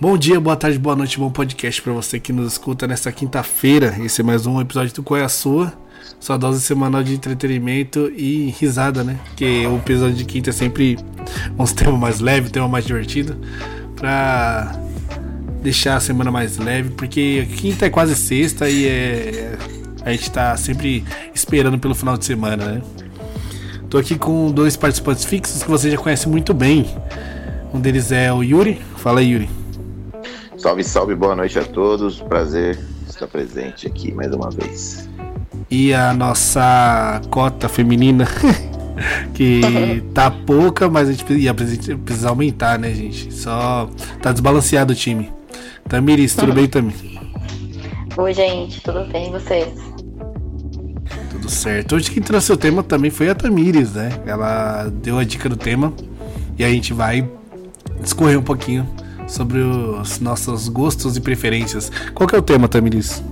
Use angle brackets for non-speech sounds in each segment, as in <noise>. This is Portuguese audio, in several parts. Bom dia, boa tarde, boa noite, bom podcast para você que nos escuta nesta quinta-feira. Esse é mais um episódio do Qual é a Sua? Sua dose semanal de entretenimento e risada, né? Porque o episódio de quinta é sempre uns temas mais leves, tema mais divertido, pra deixar a semana mais leve, porque quinta é quase sexta e é... a gente tá sempre esperando pelo final de semana, né? Tô aqui com dois participantes fixos que você já conhece muito bem. Um deles é o Yuri. Fala aí, Yuri. Salve, salve, boa noite a todos. Prazer estar presente aqui mais uma vez. E a nossa cota feminina, <laughs> que tá pouca, mas a gente ia precisar aumentar, né, gente? Só tá desbalanceado o time. Tamiris, tudo bem, Tamiris? Oi, gente, tudo bem e vocês? Tudo certo. Hoje quem trouxe o tema também foi a Tamires, né? Ela deu a dica do tema e a gente vai discorrer um pouquinho sobre os nossos gostos e preferências. Qual que é o tema, Tamiris?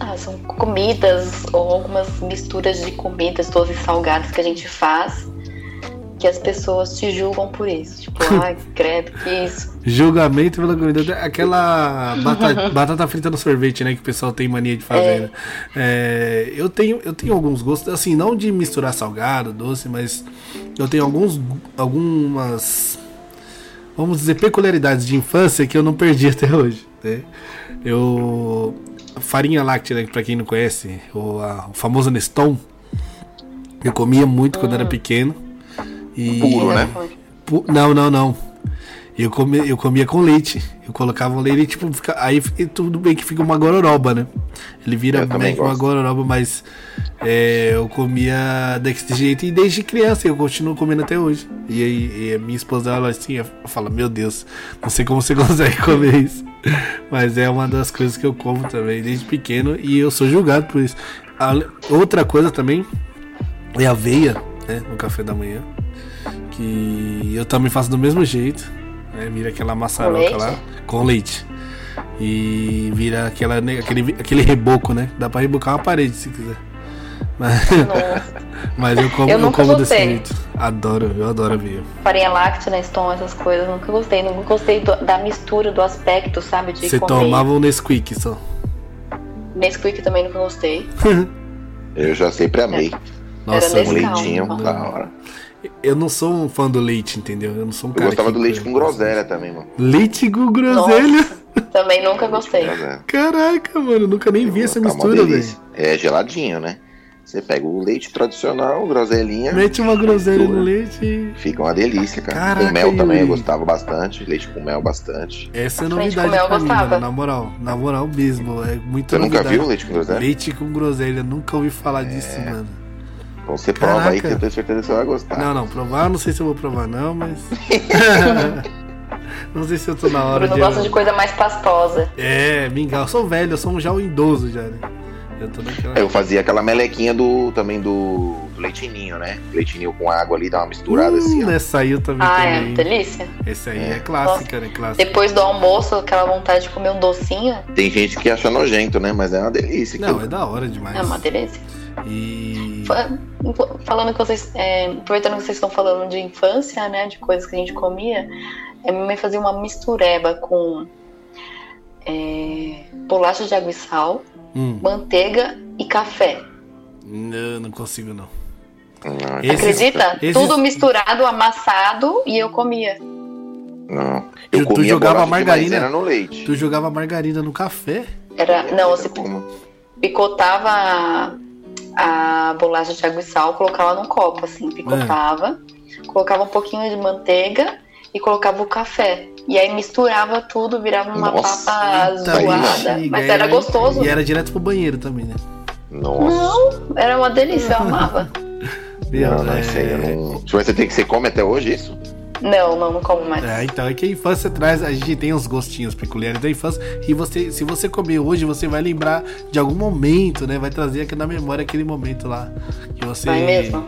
Ah, são comidas ou algumas misturas de comidas doces salgadas que a gente faz que as pessoas te julgam por <laughs> isso. Tipo, ai, credo, que isso. Julgamento pela comida. Aquela batata, batata frita no sorvete, né? Que o pessoal tem mania de fazer. É. né? É, eu, tenho, eu tenho alguns gostos, assim, não de misturar salgado, doce, mas eu tenho alguns, algumas, vamos dizer, peculiaridades de infância que eu não perdi <laughs> até hoje, né? Eu. Farinha láctea, né, pra quem não conhece, o, a- o famoso Neston, eu comia muito quando era pequeno. E Ah. Puro, né? Pu- Não, não, não. Eu comia, eu comia com leite. Eu colocava um leite e tipo, fica- aí fi- tudo bem que fica uma gororoba, né? Ele vira Eu também meio que uma gosto. gororoba, mas é, eu comia desse jeito e desde criança eu continuo comendo até hoje. E aí e a minha esposa ela assim, ela fala: Meu Deus, não sei como você <laughs> consegue comer isso. Mas é uma das coisas que eu como também desde pequeno e eu sou julgado por isso. A- outra coisa também é a aveia, né? No café da manhã. Que eu também faço do mesmo jeito. Né? Vira aquela maçaroca leite? lá com leite. E vira aquela, né, aquele, aquele reboco, né? Dá pra rebocar uma parede se quiser. Mas, Nossa, mas eu como, Eu eu nunca como desse gostei. jeito. Adoro, eu adoro aveia. <laughs> farinha láctea, né, Neston, essas coisas, nunca gostei. Nunca gostei do- da mistura, do aspecto, sabe? De Você comer. tomava um Nesquik só. Nesquik também nunca gostei. Eu já sempre É, amei. Nossa, Um Nescau, leitinho, mano. da hora. eu não sou um fã do leite, entendeu? Eu não sou um Eu cara gostava que- do leite com groselha também, mano. Leite com groselha? Também nunca gostei. Groselha. Caraca, mano, nunca nem vi essa Tá uma mistura, velho. delícia. É geladinho, né? Você pega o leite tradicional, groselinha, Mete uma groselha no Mistura. leite e... fica uma delícia, cara. Caraca, com mel também eu Yuri. gostava bastante, leite com mel bastante. Essa é Leite novidade com mel, pra mim, gostava. mano, na moral. Na moral mesmo, é muito Você nunca novidade. viu né? É, leite com groselha? Leite com groselha, nunca ouvi falar disso, mano. Então você prova aí que Caraca. eu tenho certeza que você vai gostar. Não, não, provar, não sei se eu vou provar não, <laughs> mas... <laughs> não sei se eu tô na hora Bruno de... gosta de coisa mais pastosa. É, mingau. Eu sou velho, eu sou um já um idoso já, né? Eu tô naquela... Eu fazia aquela melequinha do também do, do leitinho, né? Leitinho com água ali, dá uma misturada assim. Hum, ó. essa aí eu também Ah, é, tomei. delícia. Essa aí é clássica, né? Clássica. Depois do almoço, aquela vontade de comer um docinho Tem gente que acha nojento, né? Mas é uma delícia. Não, é aquilo. da hora demais. é uma delícia. E... Fa- Falando que vocês. é, aproveitando que vocês estão falando de infância, né? De coisas que a gente comia, é, minha mãe fazia uma mistureba com é, bolacha de água e sal, Hum, manteiga e café. não, não consigo não. Não, é Esse- delícia. Acredita? esses- Tudo misturado, amassado e eu comia. Não. Tu- Eu tu comia jogava bolacha de margarina? maisena no leite. Tu jogava margarina no café? Era, não, você como? picotava a- a bolacha de água e sal, colocava num copo, assim, picotava, colocava um pouquinho de manteiga e colocava o café. E aí misturava tudo, virava uma Nossa, papa Tá, zoada. bexiga, Mas era gostoso. E é- era direto pro banheiro também, né? Nossa. Não, era uma delícia, eu <laughs> amava. Meu, não, não, é- isso aí eu não. Tipo, Você tem que você come até hoje isso? Não, não, não como mais. É, então é que a infância traz, a gente tem uns gostinhos peculiares da infância e você, se você comer hoje, você vai lembrar de algum momento, né? Vai trazer aqui na memória aquele momento lá que você Vai mesmo?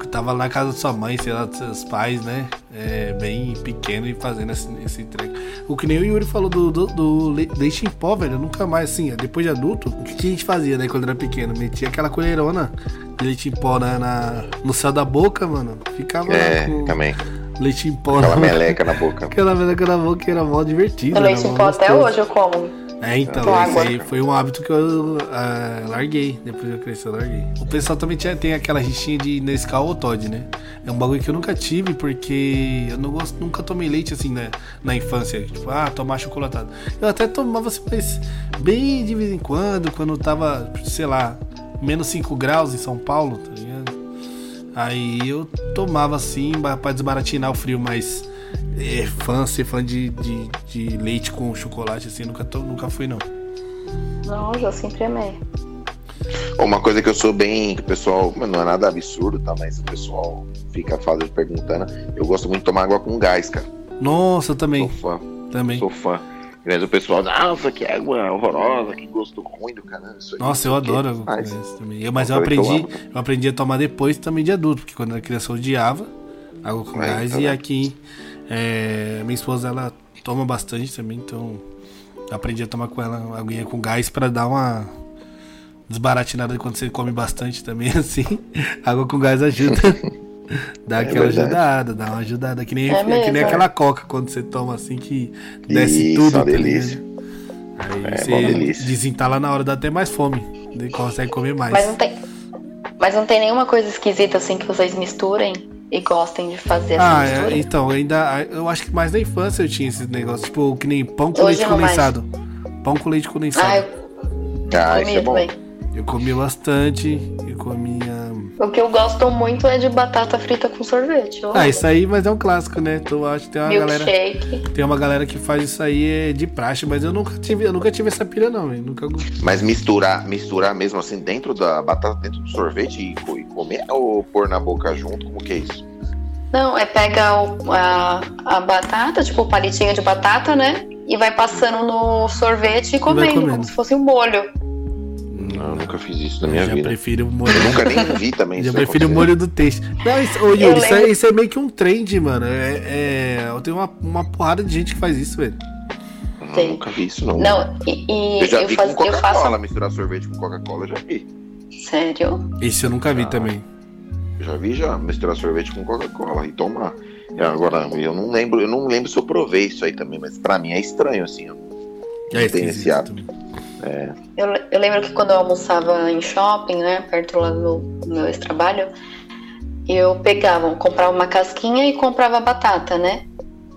que tava lá na casa de sua mãe, sei lá, dos seus pais, né? É, bem pequeno e fazendo esse, esse treco. O que nem o Yuri falou do, do, do le- leite em pó, velho. Eu nunca mais, assim, depois de adulto, o que que a gente fazia, né, quando era pequeno? Metia aquela colherona de leite em pó na, na- no céu da boca, mano. Ficava lá É, com também. Leite em pó. Aquela na- meleca na boca. Aquela meleca na boca que era mó divertido. O era leite em mó pó até é gostoso. hoje eu como. É, então, Com esse água. aí foi um hábito que eu ah, larguei. Depois que eu cresci, eu larguei. O pessoal também tinha, tem aquela rixinha de Nescau ou Todd, né? É um bagulho que eu nunca tive, porque eu não gosto, nunca tomei leite assim né, na infância. Tipo, ah, tomar chocolatado. Eu até tomava assim, mas bem de vez em quando, quando tava, sei lá, menos 5 graus em São Paulo, tá ligado? Aí eu tomava assim ba- pra desbaratinar o frio, mas é, fã, ser fã de, de, de leite com chocolate assim, nunca, to- nunca fui não. Nossa, eu sempre amei. Uma coisa que eu sou bem, que o pessoal, mano, não é nada absurdo, tá? Mas o pessoal fica fazendo perguntando. Eu gosto muito de tomar água com gás, cara. Nossa, eu também, Sou fã, também. sou fã. Mas o pessoal, nossa, que água horrorosa, que gosto ruim do caramba. isso aí." Nossa, eu adoro água com Mas- gás também. Eu- mas eu Eu né? falei que eu aprendi, eu aprendi a tomar depois também de adulto, porque quando era criança eu odiava água com É, gás tá e vendo? aqui é, minha esposa ela toma bastante também, então eu aprendi a tomar com ela aguinha com gás pra dar uma desbaratinada quando você come bastante também <laughs> assim. Água com gás <laughs> ajuda. Dá aquela É verdade. ajudada, dá uma ajudada. Que nem, É é que nem mesmo. aquela coca quando você toma assim que desce Isso, tudo. uma tá ligado? delícia. Aí É, uma você delícia. desentalar tá na hora dá até mais fome. Daí consegue comer mais. Mas não tem. Mas não tem nenhuma coisa esquisita assim que vocês misturem e gostem de fazer essa Ah, é, mistura? então, ainda. Eu acho que mais na infância eu tinha esses negócios, tipo, que nem pão com Hoje leite não mais. condensado. Pão com leite condensado. Ah, eu Ah, comi isso é bom. também. Eu comia bastante, eu comia. O que eu gosto muito é de batata frita com sorvete. Eu Ah, amo. isso aí, mas é um clássico, né? Então acho que tem uma galera. Milkshake. Tem uma galera que faz isso aí é, de praxe, mas eu nunca tive, eu nunca tive essa pilha, não, velho. Nunca Mas misturar, misturar mesmo assim dentro da batata, dentro do sorvete e, co- e comer ou pôr na boca junto, como que é isso? Não, é pega o- a, a batata, tipo o palitinho de batata, né? E vai passando no sorvete e comendo, comendo. como se fosse um molho. Não, eu nunca fiz isso na Eu minha já vida. prefiro o molho. Eu nunca nem <laughs> vi também Eu isso. já prefiro o acontecer. molho do texto. Não, isso, ô, Yuri, isso, é, lembro- isso é meio que um trend, mano. É, é, eu tenho uma, uma porrada de gente que faz isso, velho. Não, Sim. nunca vi isso, não. Não, e, e Eu já eu, vi faz- com eu faço. Coca-Cola, misturar sorvete com Coca-Cola, eu já vi. Sério? Isso eu nunca vi Ah. também. Eu já vi já, misturar sorvete com Coca-Cola e tomar. E Agora, eu não lembro, eu não lembro se eu provei isso aí também, mas pra mim é estranho, assim. eu não- É tem esquisito esse hábito. também. Eu, le- eu lembro que quando eu almoçava em shopping, né? Perto lá do meu, do meu ex-trabalho, eu pegava, comprava uma casquinha e comprava batata, né?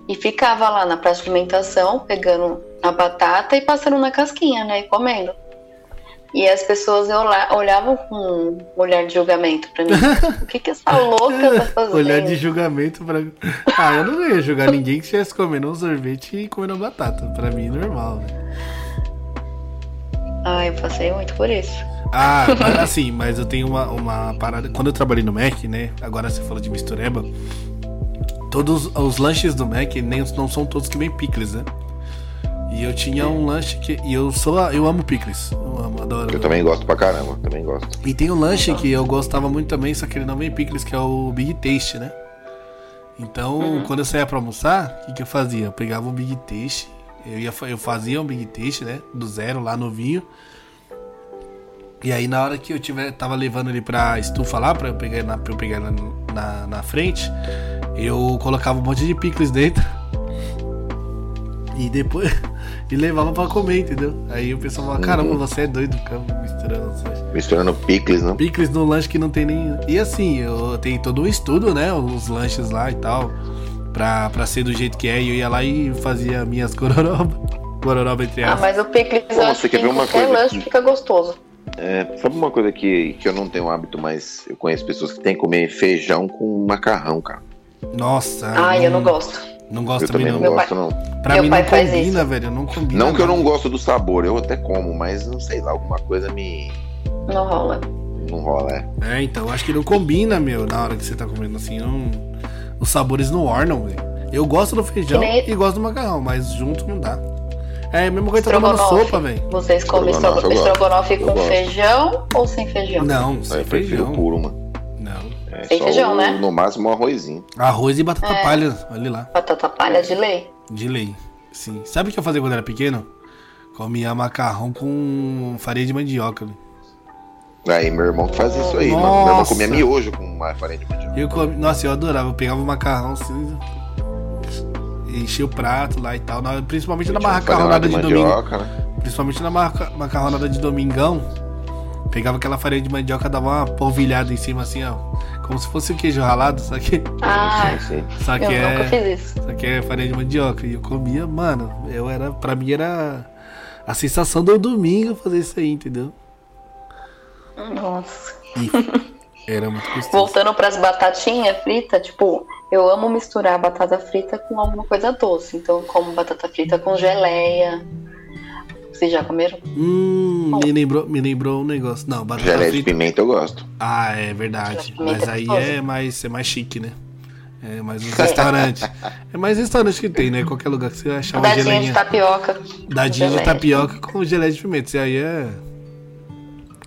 E ficava lá na praça de alimentação, pegando a batata e passando na casquinha, né? E comendo. E as pessoas eu lá- olhavam com um olhar de julgamento <laughs> pra mim. o que que essa louca tá fazendo? Olhar de julgamento pra. <laughs> Ah, eu não ia julgar ninguém que estivesse comendo um sorvete e comendo uma batata. Pra mim, normal, né? Ai, eu passei muito por isso. <laughs> Ah, assim, mas eu tenho uma, uma parada. Quando eu trabalhei no Mac, né? Agora você falou de mistureba. Todos os lanches do Mac nem, não são todos que vem picles, né? E eu tinha um lanche que. E eu sou. a- Eu amo picles. Eu amo, adoro. Eu também gosto pra caramba, também gosto. E tem um lanche que eu gostava muito também, só que ele não vem em picles, que é o Big Taste, né? Então, quando eu saía pra almoçar, o que, que eu fazia? Eu pegava o Big Taste, eu, ia, fa- eu fazia um Big Taste, né? Do zero, lá no vinho. E aí, na hora que eu tiver, tava levando ele pra estufa lá, pra eu pegar, na, pra eu pegar na, na, na frente, eu colocava um monte de picles dentro. E depois. <laughs> E levava pra comer, entendeu? Aí o pessoal falava: caramba, você é doido, ficar misturando essas Misturando picles, né? não? Picles no lanche que não tem nem. E assim, eu tenho todo um estudo, né? Os lanches lá e tal. Pra, pra ser do jeito que é. E eu ia lá e fazia minhas <laughs> gororoba. Gororoba entre Ah, aspas. mas o picles eu Nossa, acho você que quer ver em uma qualquer coisa lanche que- fica gostoso. É, sabe uma coisa que, que eu não tenho hábito, mas eu conheço pessoas que têm que comer feijão com macarrão, cara. Nossa. Ai, eu não gosto. Não gosto eu também não Meu gosto, não. Pra Meu mim pai não faz combina, velho. Não combina. Não que eu não gosto do sabor, eu até como, mas não sei lá, alguma coisa me. Não rola. não rola, é. É, então, eu acho que não combina, meu, na hora que você tá comendo assim. não- Os sabores não ornam, velho. Eu gosto do feijão Que nem- e gosto do macarrão, mas junto não dá. É a mesma coisa que tá tomando Estrogonofe. sopa, velho. Vocês comem Estrogonofe, estrogo- eu gosto. estrogonofe Eu com gosto. feijão ou sem feijão? Não, Aí sem eu prefiro feijão. puro, mano. Não. É, Sem só feijão, o- né? No máximo um arrozinho. Arroz e batata É. palha, olha lá. Batata palha de lei. De lei, sim. Sabe o que eu fazia quando era pequeno? Comia macarrão com farinha de mandioca. né? Aí meu irmão que faz isso aí, mano. Meu irmão Nossa. comia miojo com uma farinha de mandioca. Eu comi- nossa, eu adorava. Eu pegava o macarrão cinza, enchia o prato lá e tal. na- principalmente na Tinha uma macarronada de farinha domingo. mandioca, né? Principalmente na marca- macarronada de domingão. Pegava aquela farinha de mandioca, dava uma polvilhada em cima assim, ó. Como se fosse o queijo ralado, só que, Ah, Sim, sim. só que eu é. nunca fiz isso. Só que é farinha de mandioca. E eu comia, mano, eu era. Pra mim era a sensação do domingo fazer isso aí, entendeu? Nossa. E era muito gostoso. Voltando pras batatinhas fritas, tipo, eu amo misturar batata frita com alguma coisa doce. Então, eu como batata frita com geleia. Vocês já comeram? Hum, me lembrou, me lembrou um negócio. Não, batata Geleia de frita. pimenta eu gosto. Ah, é verdade. Geleia de Mas pimenta é aí gostosa. é mais, é mais chique, né? É mais um <laughs> restaurante. É mais restaurante que tem, né? Qualquer lugar que você achar uma Dadinha de geleinha. tapioca. Dadinho de Geleia. tapioca com geleia de pimenta. Isso aí é.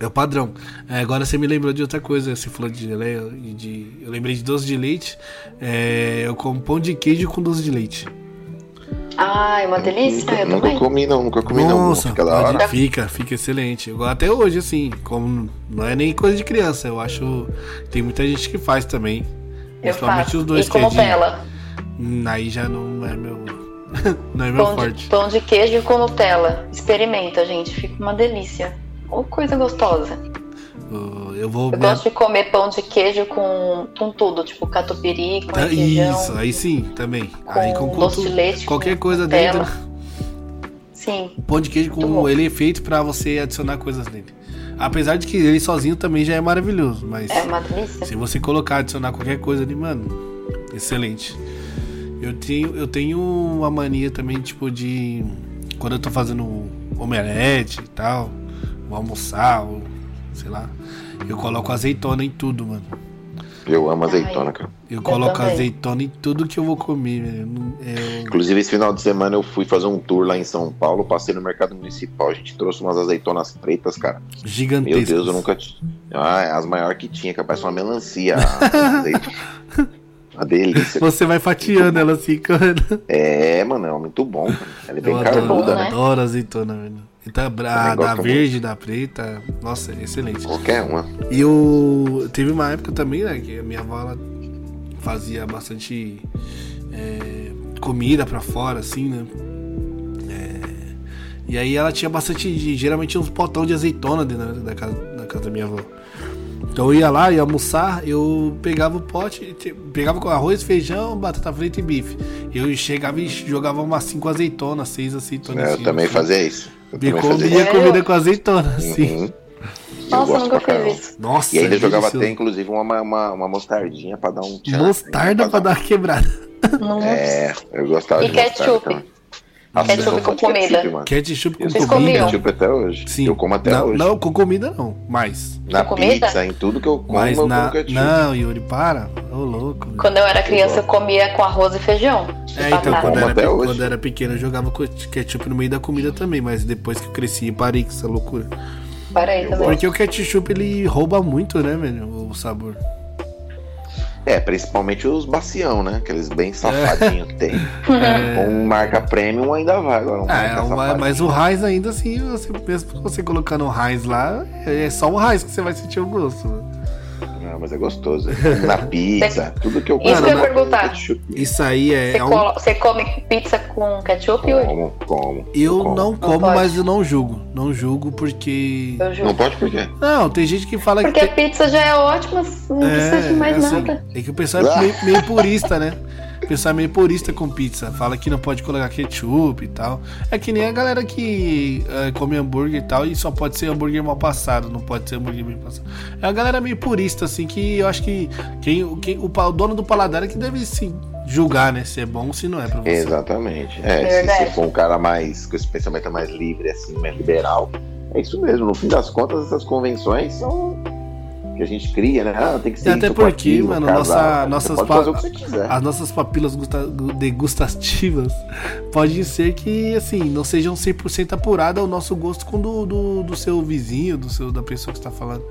É o padrão. É, agora você me lembrou de outra coisa, você falou de geleia e de. Eu lembrei de doce de leite. É, eu como pão de queijo com doce de leite. Ai, uma delícia. nunca, Eu nunca também. comi não, nunca comi não. Nossa, Fica da hora. pode- fica, fica excelente. Igual até hoje, assim, como não é nem coisa de criança, eu acho. Tem muita gente que faz também. Eu Principalmente faço. os dois e como queijinhos. Nutella. Hum, Aí já não é meu. <laughs> não é meu Pão forte. de, pão de queijo com Nutella. Experimenta, gente. Fica uma delícia. Ô, coisa gostosa. Eu- Eu vou. Eu gosto de comer pão de queijo com, com tudo, tipo catupiry, com Tá- requeijão, isso, aí sim, também. aí com doce de tudo- leite, qualquer com coisa Nutella. dentro. Sim, O pão de queijo Muito bom. com ele é feito pra você adicionar coisas nele. Apesar de que ele sozinho também já é maravilhoso, mas é uma delícia. se você colocar adicionar qualquer coisa ali, mano, excelente. Eu tenho eu tenho uma mania também tipo de quando eu tô fazendo omelete e tal, vou almoçar, ou, sei lá, eu coloco azeitona em tudo, mano. Eu amo azeitona, cara. Eu coloco também. azeitona em tudo que eu vou comer, velho. Eu não- é eu- Inclusive, esse final de semana eu fui fazer um tour lá em São Paulo, passei no mercado municipal, a gente trouxe umas azeitonas pretas, cara. Meu gigantescas. Deus, eu nunca. ti- Ah, é as maiores que tinha, que parece uma melancia. <laughs> a azeite. Uma delícia. Você vai fatiando ela assim, <laughs> cara. É, mano, é muito bom. Cara. Ela é Eu bem adoro, carnuda, eu né? adoro azeitona, velho. E tá bra- Também da gosto verde, da preta. Nossa, excelente. Qualquer uma. E eu. Teve uma época também, né? Que a minha avó ela fazia bastante é, comida pra fora, assim, né? É, e aí ela tinha bastante. de- Geralmente uns potão de azeitona dentro da, da casa, da casa da minha avó. Então eu ia lá, ia almoçar, eu pegava o pote, te- pegava com arroz, feijão, batata frita e bife. Eu chegava e jogava umas cinco azeitonas, seis azeitonas. É, assim, eu também assim. fazia isso. Eu E também fazia comia isso. isso. comida com azeitona, assim. Uhum. Eu Nossa, eu gosto nunca pra caramba. fiz isso. Nossa, E ainda é jogava delicioso. até, inclusive, uma, uma, uma mostardinha pra dar um tchan. Mostarda pra dar uma quebrada. Não, É, eu gostava E de mostarda ketchup? também. Nossa, Ketchup eu gosto com de comida. mano. Ketchup com Eu Vocês comida. como comiam? ketchup até hoje. Sim. Eu como até não, hoje. não, com comida não, mas. Na Com comida? pizza, em tudo que eu como, mas eu na. como ketchup. Não, Yuri, para. Ô, louco. velho. Quando eu era criança, eu comia com arroz e feijão. É, então, Batata. quando eu era, Até pe- hoje. quando eu era pequeno, eu jogava co- ketchup no meio da comida também, mas depois que eu cresci, parei com essa loucura. é- Para aí também. Porque o ketchup, ele rouba muito, né, velho, o sabor. É, principalmente os bacião, né? Aqueles É. bem safadinhos <laughs> que tem. Com marca premium ainda vai. Agora, um Ah, marca é uma- safadinho. mas o Heinz ainda assim, você, mesmo você colocando o Heinz lá, é só o Heinz que você vai sentir o gosto. Ah, mas é gostoso. <laughs> Na pizza, tudo que eu como. Isso que eu né? ia perguntar. Ketchup. Isso aí é, Você, é um colo- você come pizza com ketchup hoje? Como, como. Eu como. não como, pode. mas eu não julgo. Não julgo porque. Eu Não juro. pode por quê? Não, tem gente que fala Porque que. a pizza já é ótima, não precisa de mais é assim, nada. é que o pessoal é meio, meio purista, né? O pessoal é meio purista com pizza. Fala que não pode colocar ketchup e tal. É que nem a galera que eh, come hambúrguer e tal e só pode ser hambúrguer mal passado, não pode ser hambúrguer bem passado. É a galera meio purista, assim, que eu acho que quem, quem- o, pa- o dono do paladar é que deve se julgar, né? Se é bom ou se não é pra você. Exatamente. É, se Verdade. você for um cara mais. com esse pensamento mais livre, assim, mais liberal. É isso mesmo. No fim das contas, essas convenções são. que a gente cria, né? Ah, tem que ser. E É até isso, porque, aquilo, mano, nossa- casar. Você nossas pode pa- fazer o que você quiser. as nossas papilas gusta- degustativas pode ser que assim não sejam 100% apurada o nosso gosto com o do, do, do seu vizinho do seu da pessoa que está falando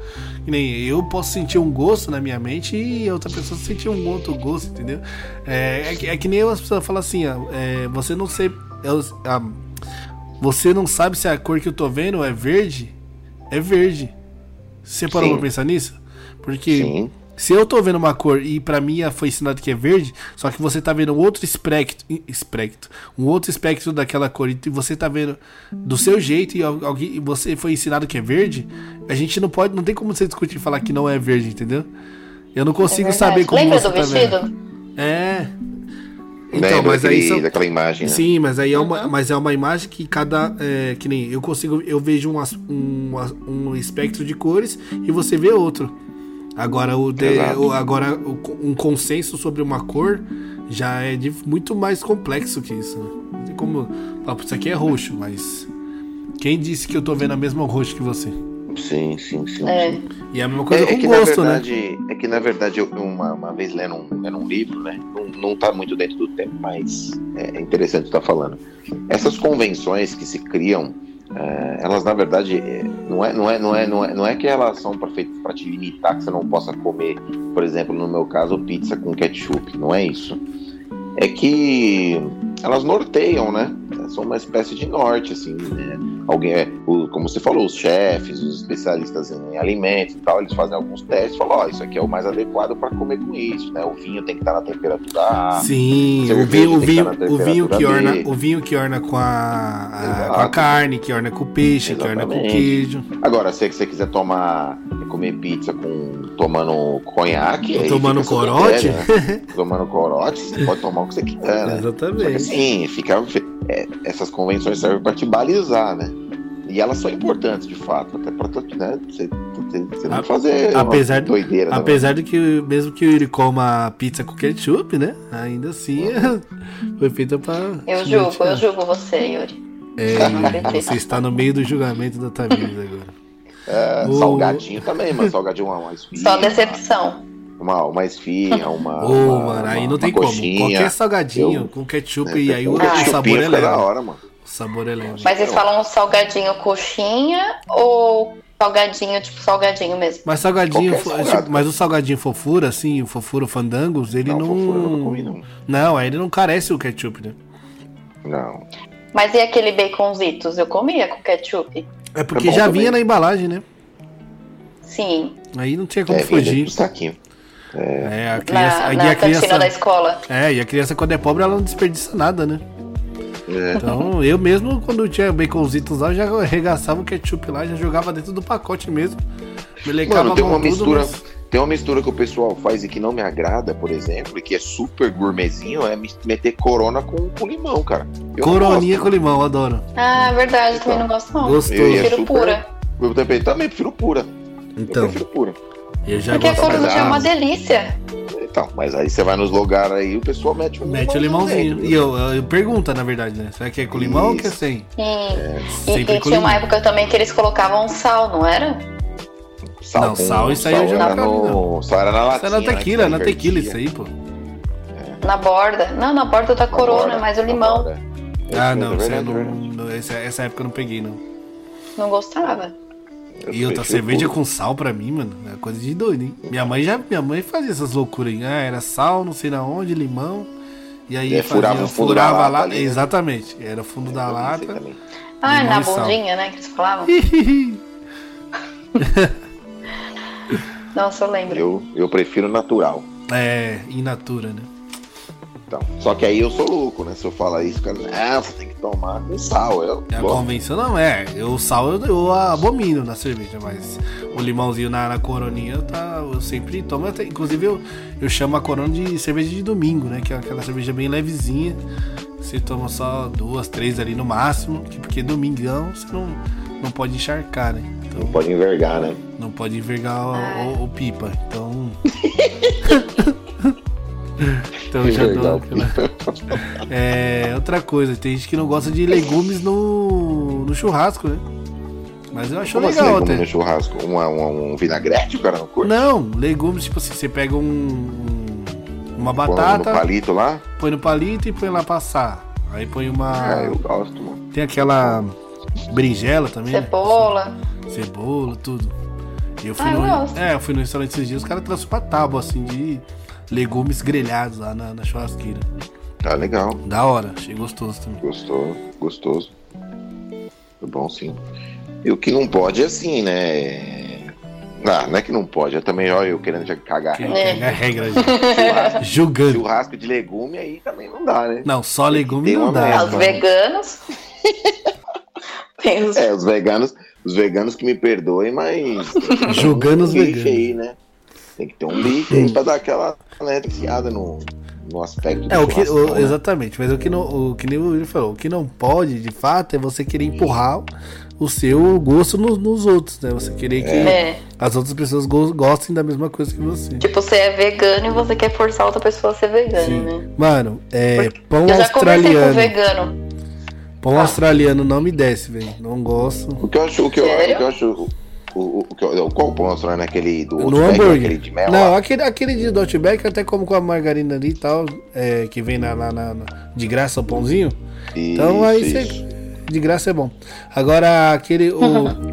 que nem eu posso sentir um gosto na minha mente e a outra pessoa sentir um outro gosto entendeu é, é, que, é que nem as pessoas falam assim ó, é, você não sei eu- ah, você não sabe se a cor que eu tô vendo é verde é verde Você parou Sim. pra pensar nisso? Porque Sim. se eu tô vendo uma cor e pra mim a- foi ensinado que é verde, só que você tá vendo outro espectro, espectro um outro espectro daquela cor e você tá vendo do seu jeito e al- alguém e você foi ensinado que é verde, a gente não pode, não tem como você discutir e falar que não é verde, entendeu? Eu não consigo saber como É Lembra você do tá vestido? vendo. É. Então, Lembra mas aí daquele- são, daquela imagem, né? Sim, mas aí é uma, mas é uma imagem que cada. é, que nem eu consigo. Eu vejo um, as- um, as- um espectro de cores e você vê outro. Agora, o de- Exato. o- agora o co- um consenso sobre uma cor já é de- muito mais complexo que isso. né? Não tem Como, ah, isso aqui é roxo, mas. Quem disse que eu tô vendo a mesma roxo que você? Sim, sim, sim. É. sim. E é a mesma coisa com que gosto, na né? verdade, É que na verdade eu uma, uma vez lendo um, lendo um livro, né? Não, não tá muito dentro do tempo, mas é interessante estar falando. Essas convenções que se criam, eh, elas na verdade eh, não é, não é, não é, não é, não é que elas são para te limitar que você não possa comer, por exemplo, no meu caso, pizza com ketchup. Não é isso. É que elas norteiam, né? São uma espécie de norte, assim, né? alguém, é, o- como você falou, os chefes, os especialistas em alimentos e tal, eles fazem alguns testes, falam, ó, isso aqui é o mais adequado para comer com isso, né? O vinho tem que estar na temperatura A. Sim, o cerveja vinho, o tem ah, que vinho, tá na o vinho que temperatura orna, dele. o vinho que orna com a, a- com a Exato. carne, que orna com o peixe, que orna com o Exatamente. queijo. Agora, se você quiser tomar, comer pizza com tomando conhaque, Ou aí tomando fica essa corote. besteira, <laughs> né? tomando corote, você pode tomar o que você quiser, né? Só que Exatamente. assim, fica, é, essas convenções servem para te balizar, né? E elas são importantes, de fato, até para né, você, você- você A- não fazer apesar uma de- doideira. né? Apesar de que, mesmo que ele coma pizza com ketchup, né? Ainda assim, Uhum. <laughs> foi feita pra. Eu julgo, eu julgo você, Yuri. Uhum. É, <laughs> você está no meio do julgamento da Tamires agora. É, O- Salgadinho também, mas salgadinho é uma, uma esfirra. Só decepção. Uma, uma esfirra, uma. Ô, Ah, uma- mano, aí uma- não tem uma como. coxinha. Qualquer salgadinho Eu- com ketchup Né, e aí o, com ketchup o sabor é fica da leve. hora, mano. O sabor é leve. Mas eles falam um salgadinho coxinha ou salgadinho, tipo salgadinho mesmo? Mas salgadinho, Qualquer fo- salgado, tipo, cara. mas o salgadinho fofura, assim, o fofura fandangos, ele não. Não, fofura eu não comi, não. Não, aí ele não carece o ketchup, né? Não. Mas e aquele baconzitos? Eu comia com ketchup? É porque bom já também. vinha na embalagem, né? Sim. Aí não tinha como é, fugir. fugir. Saquinho. É, a criança. Na, aí na a cantina criança da escola. é, e a criança quando é pobre ela não desperdiça nada, né? É. Então eu mesmo, quando eu tinha baconzitos lá, eu já arregaçava o ketchup lá, já jogava dentro do pacote mesmo. Melecava Mano, tem uma mal tudo, mistura. mas- Tem uma mistura que o pessoal faz e que não me agrada, por exemplo, e que é super gourmetzinho, é mis- meter corona com, com limão, cara. Eu não Coroninha gosto. com limão, eu adoro. Ah, verdade, eu também não Então, gosto não. Gostoso. Eu prefiro Eu ia super- pura. Eu também, também prefiro pura. Então, Eu prefiro pura. eu já Porque a gosto. gosto, coruja mas é dá. uma delícia. Então, mas aí você vai nos lugares aí, o pessoal mete um Ah, Mete o limãozinho. E eu, eu, eu pergunto, na verdade, né? Será que é com limão ou que é Isso. sem? Sim. É. E, Sempre e com tinha limão. uma época também que eles colocavam sal, não era? Sal, Não, sal, isso aí eu já era não comi, no, Sal era na Isso latinha. é na né, tequila, que na divertia. tequila isso aí, pô. Na borda. Não, na borda da Na corona, borda, mas o na limão borda. né? É Ah, isso não, mesmo, isso aí é eu verdade, é não, verdade. não- essa, essa época eu não peguei, não. não gostava. Tá E outra prefiro cerveja puro. com sal pra mim, mano, é coisa de doido, hein? Minha mãe já, minha mãe fazia essas loucuras aí. Ah, era sal, não sei na onde, limão. E aí É, fazia- furava o fundo da furava lata lá, ali, né? É exatamente. Era fundo da Eu não sei lata. também. Ah, Limão na e sal. bundinha, né, que eles falavam. Nossa, eu lembro. Eu, eu prefiro natural. <laughs> é, in natura, né? Então. Só que aí eu sou louco, né? Se eu falar isso, o cara, ah, você tem que tomar com sal. Eu É, A gosto. convenção não é. Eu, o sal eu, eu abomino na cerveja, mas o limãozinho na, na coroninha tá, eu sempre tomo. até- inclusive eu, eu chamo a corona de cerveja de domingo, né? Que é aquela cerveja bem levezinha. Você toma só duas, três ali no máximo, que- porque domingão você não, não pode encharcar, né? Então Não pode envergar, né? não pode envergar o, o- o pipa. Então. <laughs> então eu já dou Envergar. aquela. É, outra coisa, tem gente que não gosta de legumes no, no churrasco, né? Mas eu acho Como assim, legal legume até. no churrasco? Um, um, um vinagrete, o cara não curte? Não, legumes, tipo assim, você pega um, um- uma Põe No batata, palito lá? põe no palito e põe lá passar. Aí põe Ah, uma. eu gosto, mano. Tem aquela berinjela também. né? Cebola. Cebola, tudo. Eu fui, Ah, eu gosto. no, é, eu fui no restaurante esses dias, os caras trouxeram uma tábua assim de legumes grelhados lá na, na churrasqueira. Tá legal. Da hora, achei gostoso também. Gostou, gostoso. Foi bom, sim. E o que não pode é assim, né? Ah, não é que não pode. Eu também, olha, eu querendo já cagar. Que, regra. É. que é a regra, <laughs> Churrasco- julgando. Churrasco de legume aí também não dá, né? Não, só legume Tem não uma dá. merda. Os claro. <laughs> veganos. Tem os- É, os veganos, os veganos que me perdoem, mas. tem que ter Julgando um os bife veganos. aí, né? Tem que ter um bife aí pra dar aquela alerteada no, no aspecto do É, o que, churrascão, o- né? exatamente, mas o que, não, o que nem o Will falou, o que não pode, de fato, é você querer empurrar o seu gosto nos, nos outros, né? Você querer que É. as outras pessoas go- gostem da mesma coisa que você. Tipo, você é vegano e você quer forçar outra pessoa a ser vegana, Sim. né? Mano, é pão Eu já conversei com Ah. um australiano. vegano. Pão australiano não me desce, velho. Não gosto. O que eu acho. O que eu, Sério? o que eu acho. O, o, o que eu, não, qual o pão australiano? Aquele do é No Outback, hambúrguer. aquele de mel? ah, Não, lá? aquele, aquele de do Outback eu até como com a margarina ali e tal, é, que vem na, na- na- na- de graça o pãozinho. Então aí Isso, você- isso. De graça é bom. Agora, aquele. <laughs>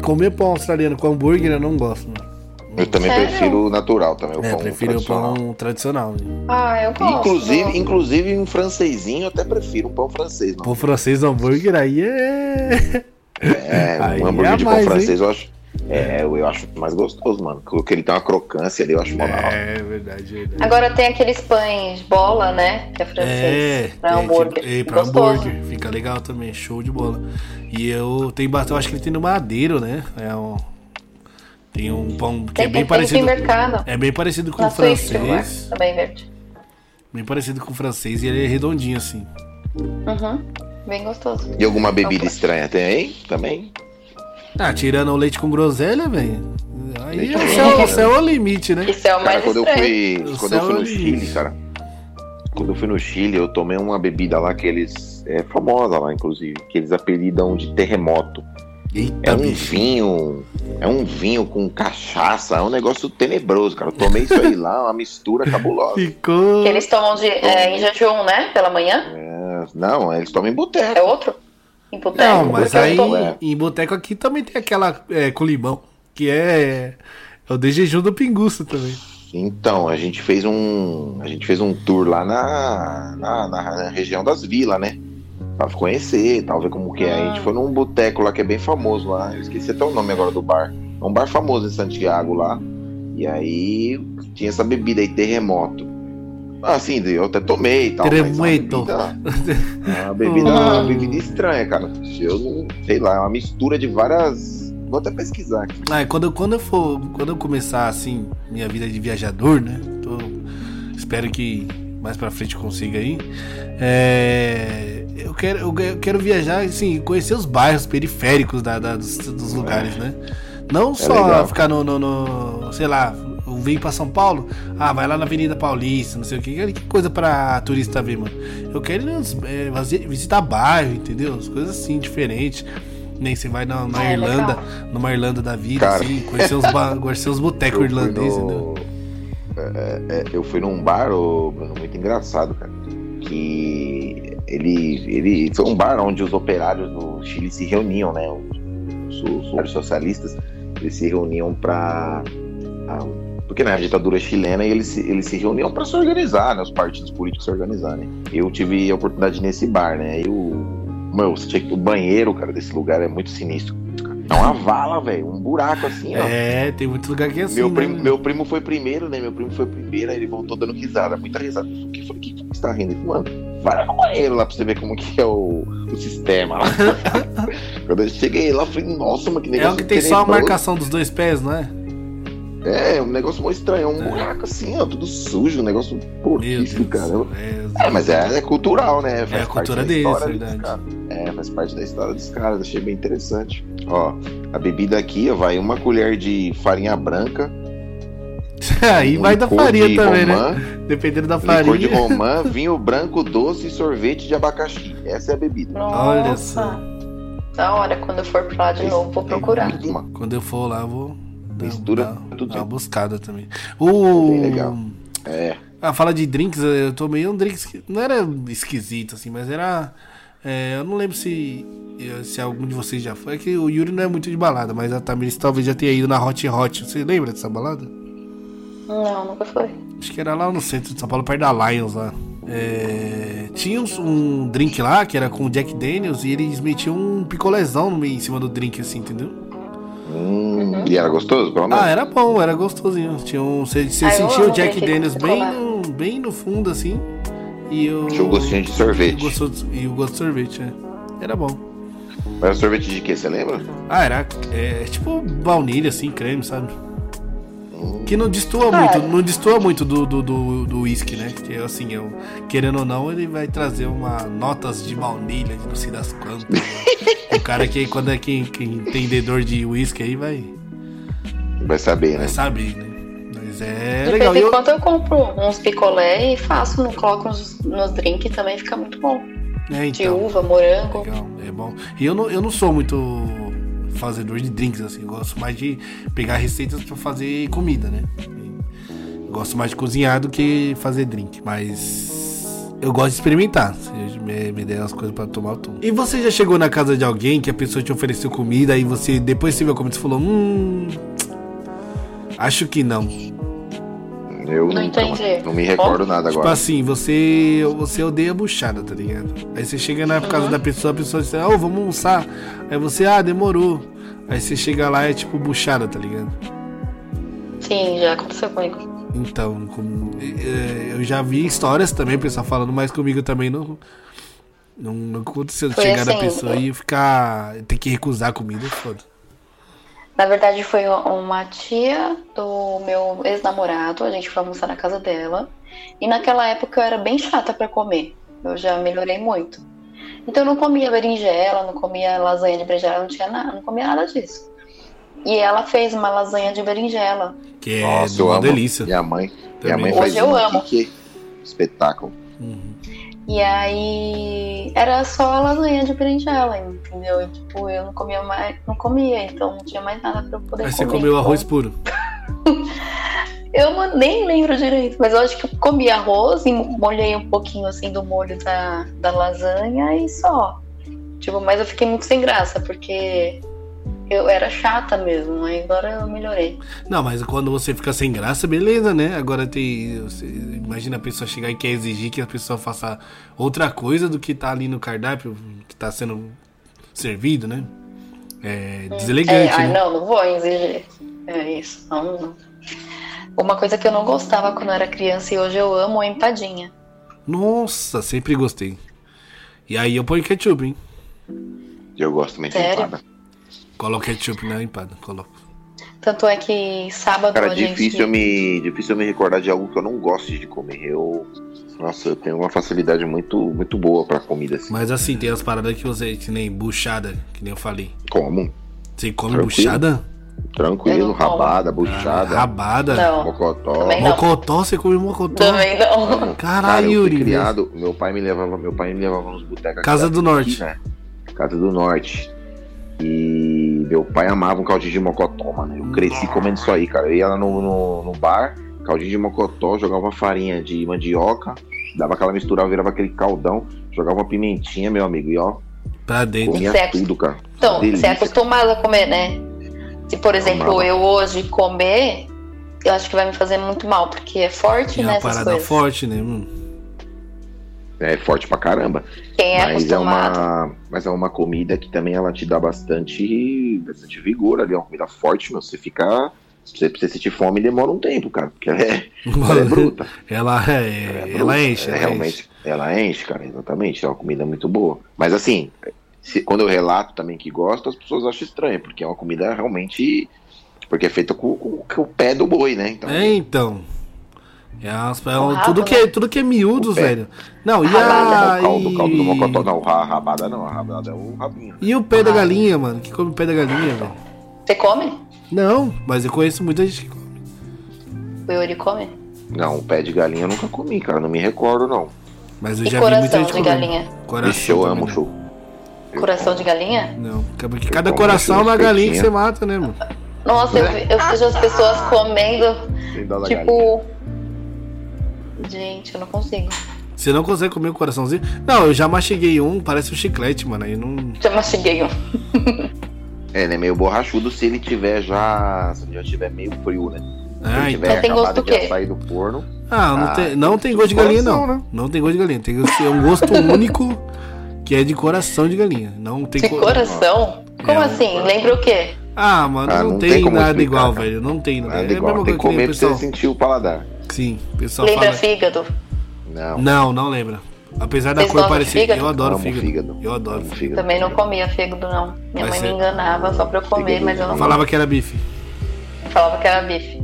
O, comer pão australiano com hambúrguer eu não gosto, mano. Eu também Sério? prefiro o natural também, o É, pão prefiro o tradicional. pão tradicional. né? Ah, eu gosto. Inclusive, inclusive um francesinho eu até prefiro um pão francês. Mano. Pão francês hambúrguer aí é. <laughs> É, Aí um hambúrguer é de pão mais, hein? francês eu acho. É, eu, eu acho mais gostoso, mano. Porque ele tem uma crocância ali, eu acho mó da hora. É verdade, verdade. Agora tem aqueles pães bola, né? Que é É, francês. tem, pra hambúrguer. tipo, é, pra Gostoso. hambúrguer. Fica legal também, show de bola. E eu tem bastante, eu acho que ele tem no madeiro, né? É um, tem um pão que é Tem, bem tem, parecido. tem mercado. É bem parecido com Na o Suíça, tem lugar francês. também tá verde. Bem parecido com o francês e ele é redondinho assim. Uhum. Bem gostoso. E alguma bebida Não, estranha tem aí? Também? Ah, tirando o leite com groselha, velho. Aí Leite é o com céu, o groselha. céu é o limite, né? Isso é o Cara, mais quando eu estranho. fui, O quando eu céu fui é o no Chile, limite. cara. Quando eu fui no Chile, eu tomei uma bebida lá que eles. É famosa lá, inclusive, que eles apelidam de terremoto. É Eita, um Tá bicho. vinho. É um vinho com cachaça. É um negócio tenebroso, cara. Eu tomei isso aí lá, uma mistura cabulosa. Ficou. Que eles tomam de, é, em jejum, né? Pela manhã. Não, eles tomam em boteco. É outro? Em boteco? Não, mas Porque eu aí tomo- É. em boteco aqui também tem aquela é, com limão, que é, é o de jejum do pinguço também. Então, a gente fez um. A gente fez um tour lá na, na, na região das vilas, né? Pra conhecer e tal, ver como que é. A gente foi num boteco lá que é bem famoso lá. Eu esqueci até o nome agora do bar. É um bar famoso em Santiago lá. E aí tinha essa bebida aí, terremoto. Assim, eu até tomei e tal. mas é uma Terremoto. bebida- É uma bebida, uma bebida estranha, cara. Eu não sei lá, é uma mistura de várias. Vou até pesquisar aqui. Ah, e quando, eu- quando eu for. Quando eu começar assim, minha vida de viajador, né? Tô- espero que mais pra frente eu consiga aí. É, eu, quero, eu, eu quero viajar, assim, conhecer os bairros periféricos da, da- dos, dos lugares, né? Não só legal. ficar no, no- no- Sei lá, eu vim pra São Paulo, ah, vai lá na Avenida Paulista, não sei o que. Que coisa pra turista ver, mano. Eu quero ir nos- é, fazer- visitar bairro, entendeu? As coisas assim, diferentes. Nem você vai na, na Ah, é Irlanda, legal. numa Irlanda da vida, Cara. assim, conhecer os, <laughs> ba- conhecer os botecos Eu fui irlandeses, no- entendeu? É, é, eu fui num bar, ô, Bruno, muito engraçado, cara. Que ele, ele foi um bar onde os operários no Chile se reuniam, né? Os, os operários socialistas eles se reuniam para porque na ditadura chilena eles, se- eles se reuniam para se organizar, né? Os partidos políticos se organizarem. Eu tive a oportunidade nesse bar, né? E o meu, você tinha que- o banheiro, cara, desse lugar é muito sinistro. É uma vala, velho, um buraco assim, ó. É, tem muito lugar que é assim. Meu, né, primo, mano? meu primo foi primeiro, né? Meu primo foi primeiro, aí ele voltou dando risada, muita risada. Eu falei, o que foi? O que que você tá rindo? Ele falou, mano, vai lá no banheiro lá pra você ver como que é o, o <laughs> sistema lá. Quando eu cheguei lá, eu falei, nossa, mas que É negócio. o que tem só a tenebroso. marcação dos dois pés, não é? É, um negócio mó estranho, é um É. buraco assim, ó, tudo sujo, um negócio Meu Deus. porquíssimo, cara. É, É, mas é, é cultural, né? Faz É a parte cultura da deles, história verdade. caras. É, faz parte da história dos caras, achei bem interessante. Ó, a bebida aqui, ó, vai uma colher de farinha branca. É, <laughs> Aí um vai da licor farinha de também, né? romã, Dependendo da Licor de farinha. romã, vinho branco doce e sorvete de abacaxi. Essa é a bebida. Olha Nossa. só. Da hora, quando eu for pra lá Tá de novo, vou procurar. Tem uma- Quando eu for lá, eu vou dar, Mistura dar- tudo. dar uma buscada também. O... Bem legal. É, Ah, fala de drinks, eu tomei um drink que não era esquisito, assim, mas era. é, eu não lembro se, se algum de vocês já foi. É que o Yuri não é muito de balada, mas a Tamiris talvez já tenha ido na Hot Hot. Você lembra dessa balada? Não, nunca foi. Acho que era lá no centro de São Paulo, perto da Lions lá. É, tinha uns- um drink lá que era com o Jack Daniels e eles metiam um picolezão no meio, em cima do drink, assim, entendeu? Hum, Uhum. E era gostoso, pelo menos? Ah, era bom, era gostosinho. Tinha um, você você Ah, eu sentia o amo Jack daqui, Daniels vou bem lá. no, bem no fundo, assim. E o. Tinha o gostinho de E o sorvete. gosto, e o gosto de sorvete, né? Era bom. é. Era sorvete de quê, você lembra? Ah, era é, tipo baunilha, assim, creme, sabe? Que não destoa Ah, muito, é. não destoa muito do, do, do, do whisky, né? Que assim, eu, querendo ou não, ele vai trazer uma notas de baunilha, de não sei das quantas. <laughs> né? o cara que quando é quem, quem entendedor de whisky aí vai, Vai saber, né? vai saber, né? Mas é De legal. E vez em eu- quando eu compro uns picolé e faço, não coloco nos, nos drinks também, fica muito bom. é, De então. uva, morango. Legal, é bom. E eu não, eu não sou muito fazedor de drinks, assim. Eu gosto mais de pegar receitas pra fazer comida, né? Eu gosto mais de cozinhar do que fazer drink. Mas eu gosto de experimentar. Se eu me, me der as coisas pra tomar, eu tomo. E você já chegou na casa de alguém que a pessoa te ofereceu comida e você, depois que você viu a comida, você falou, hum... Acho que não. Eu Não nunca, entendi. mano. Não me recordo nada Tipo agora. assim, você, você odeia buchada, tá ligado? Aí você chega na casa da pessoa, a pessoa diz, ó, vamos almoçar. Aí você, ah, demorou. Aí você chega lá e é tipo buchada, tá ligado? Sim, já aconteceu comigo. Então, com- é, eu já vi histórias também, o pessoal falando, mas comigo também não. Não, não aconteceu de Foi chegar na assim, pessoa e ficar. ter que recusar a comida, foda. Na verdade, foi uma tia do meu ex-namorado, a gente foi almoçar na casa dela. E naquela época eu era bem chata pra comer. Eu já melhorei muito. Então eu não comia berinjela, não comia lasanha de berinjela, não tinha nada, não comia nada disso. E ela fez uma lasanha de berinjela. Que é Nossa, eu uma amo. delícia. Minha mãe, minha mãe Também. faz Hoje eu uma amo. aqui que é espetáculo. Uhum. E aí era só a lasanha de berinjela, entendeu? E, tipo, eu não comia mais, não comia, então não tinha mais nada pra eu poder Aí você comer. comeu arroz puro. Eu não- nem lembro direito, mas eu acho que eu comi arroz e molhei um pouquinho assim do molho da, da lasanha e só. Tipo, mas eu fiquei muito sem graça, porque eu era chata mesmo, aí agora eu melhorei. Não, mas quando você fica sem graça, beleza, né? Agora tem. você- Imagina a pessoa chegar e quer exigir que a pessoa faça outra coisa do que tá ali no cardápio, que tá sendo servido, né? É É, deselegante, ai, né? não, não vou exigir. É isso, não, não. Uma coisa que eu não gostava quando eu era criança e hoje eu amo é empadinha. Nossa, sempre gostei. E aí eu ponho ketchup, hein? E eu gosto muito de Sério? empada. Coloco ketchup na empada, coloco. Tanto é que sábado Cara, a gente. difícil eu me, difícil eu me recordar de algo que eu não gosto de comer. Eu, nossa, eu tenho uma facilidade muito, muito boa pra comida assim. Mas assim, tem as paradas que você, que nem buchada, que nem eu falei. Como? Você come Tranquilo. buchada? Eu Tranquilo, não rabada, Ah, buchada, Rabada. Não, mocotó. Também não. Mocotó, você come mocotó. também não. Caralho, Mano, cara, eu fui Yuri. criado, meu pai me levava, meu pai me levava nos botecos. aqui Casa da do Norte. esquina, Casa do Norte. E meu pai amava um caldinho de mocotó, mano. Eu cresci comendo isso aí, cara. Eu ia lá no, no, no bar, caldinho de mocotó, jogava farinha de mandioca, dava aquela misturada, virava aquele caldão, jogava uma pimentinha, meu amigo, e ó, Pra dentro. comia Certo. tudo, cara. Então, você Delícia. é acostumado a comer, né? Se, por exemplo, Amava. eu hoje comer, eu acho que vai me fazer muito mal, porque é forte, É né? uma Essas parada coisas. forte, né, mano? É forte pra caramba. Quem é mas, é acostumado. uma, mas é uma comida que também ela te dá bastante, bastante vigor ali. É uma comida forte, meu. Você fica. se Você, pra você sentir fome demora um tempo, cara. Porque ela é, ela é bruta. <laughs> Ela é, Ela é bruta. <laughs> ela enche, É, ela realmente, ela enche, cara, exatamente. É uma comida muito boa. Mas assim, se- quando eu relato também que gosto, as pessoas acham estranho, porque é uma comida realmente. Porque é feita com, com- com o pé do boi, né? Então, enche. É, então. É umas- é um- Porrada, tudo que é, tudo que é miúdo, O pé. velho. Não, e Ah, a o caldo, o caldo do mocotó, e, não, a rabada não, a rabada é o rabinho. e o pé da galinha, mano? Que come pé da galinha, velho? Você come? Não, mas eu conheço muita gente que come. O Yuri come? Não, o pé de galinha eu nunca comi, cara, não me recordo, não. Mas eu E já vi muita coração gente de comendo. galinha? Coração Vixe, eu amo também, né? show. Eu Coração amo. de galinha? Não, acaba que Eu cada como, coração é deixa eu uma ver galinha que feitinha. você mata, né, mano? Nossa, eu, vi- eu vejo <laughs> as pessoas comendo, Tem dó da galinha. tipo. Gente, eu não consigo. Você não consegue comer o coraçãozinho? Não, eu já mastiguei um, parece um chiclete, mano. Aí não. Já mastiguei um. É, ele é meio borrachudo se ele tiver já. Se ele já tiver meio frio, né? se Ah, ele então. tiver Mas tem gosto acabado do de quê? sair do forno. Ah, não, Ah, tem, não tem gosto de galinha, não. coração, né? Não tem gosto de galinha. Tem que ser um <laughs> gosto único que é de coração de galinha. Não tem De co- coração? Como É, assim? um- Lembra o quê? Ah, mano, Ah, não, não tem, tem como nada explicar, igual, cara. velho. Não tem nada. Nada é a mesma igual. coisa Tem que que nem o comer pra você pessoal. sentir o paladar. Sim, o pessoal Lembra fala. fígado? Não. Não, não lembra. Apesar da Vocês cor gostam de parecida, fígado? eu adoro Amo fígado. fígado. Eu adoro Amo fígado. fígado. Também não comia fígado, não. Minha Mas mãe você- me enganava só pra eu comer, Fígado mas eu não. não Falava que era bife. falava que era bife.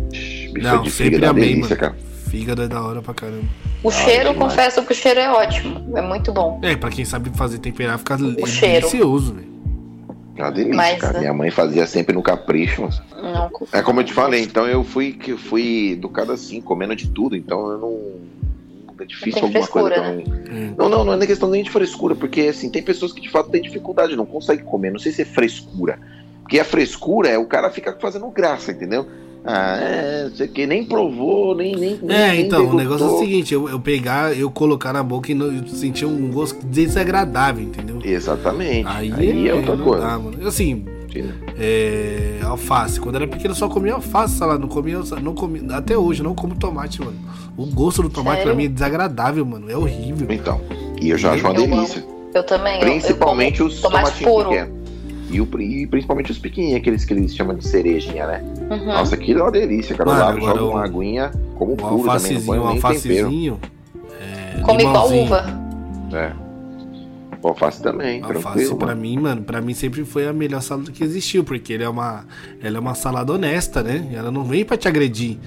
Bife Não, de sempre fígado é uma amei, delícia, mano. cara. Fígado é da hora pra caramba. O cheiro, eu demais. confesso que o cheiro é ótimo, é muito bom. É, pra quem sabe fazer temperar, fica cheiro. delicioso, velho. É uma delícia, Mas, cara. né? Minha mãe fazia sempre no capricho. mas- Não, É como eu te falei, então eu fui que fui educado assim, comendo de tudo, então eu não. É difícil Não tem alguma coisa pra frescura, né? mim. Não, não, não é nem questão nem de frescura, porque assim, tem pessoas que de fato têm dificuldade, não conseguem comer, não sei se é frescura. Porque a frescura é o cara fica fazendo graça, entendeu? Ah, é, não sei o que, nem provou, nem. nem É, nem então, o degustou. negócio é o seguinte, eu, eu pegar, eu colocar na boca e não, eu sentir um gosto desagradável, entendeu? Exatamente. Aí, Aí, é outra não coisa. dá, mano. Assim, entendeu? é, alface. Quando era pequeno eu só comia alface, salada. Não comia, não comia. Até hoje, eu não como tomate, mano. O gosto do tomate Sério? pra mim é desagradável, mano. É horrível. Então, e eu já acho uma Eu amo. delícia. eu também. eu- eu Principalmente os tomate tomatinhos puro. pequenos. E, o, pri- e principalmente os pequenininhos, aqueles que eles chamam de cerejinha, né? como- Uhum. Nossa, aquilo é uma delícia, cara. Eu Mano, lavo, agora jogo o- uma aguinha, como Um puro também, não põe alfacezinho, um nem tempero. alfacezinho. É, Come Uhum. igual limãozinho. uva. É. O alface também, Alface tranquilo. Ah, pra mano. mim, mano, pra mim sempre foi a melhor salada que existiu, porque ele é uma, ela é uma salada honesta, né? Ela não vem pra te agredir,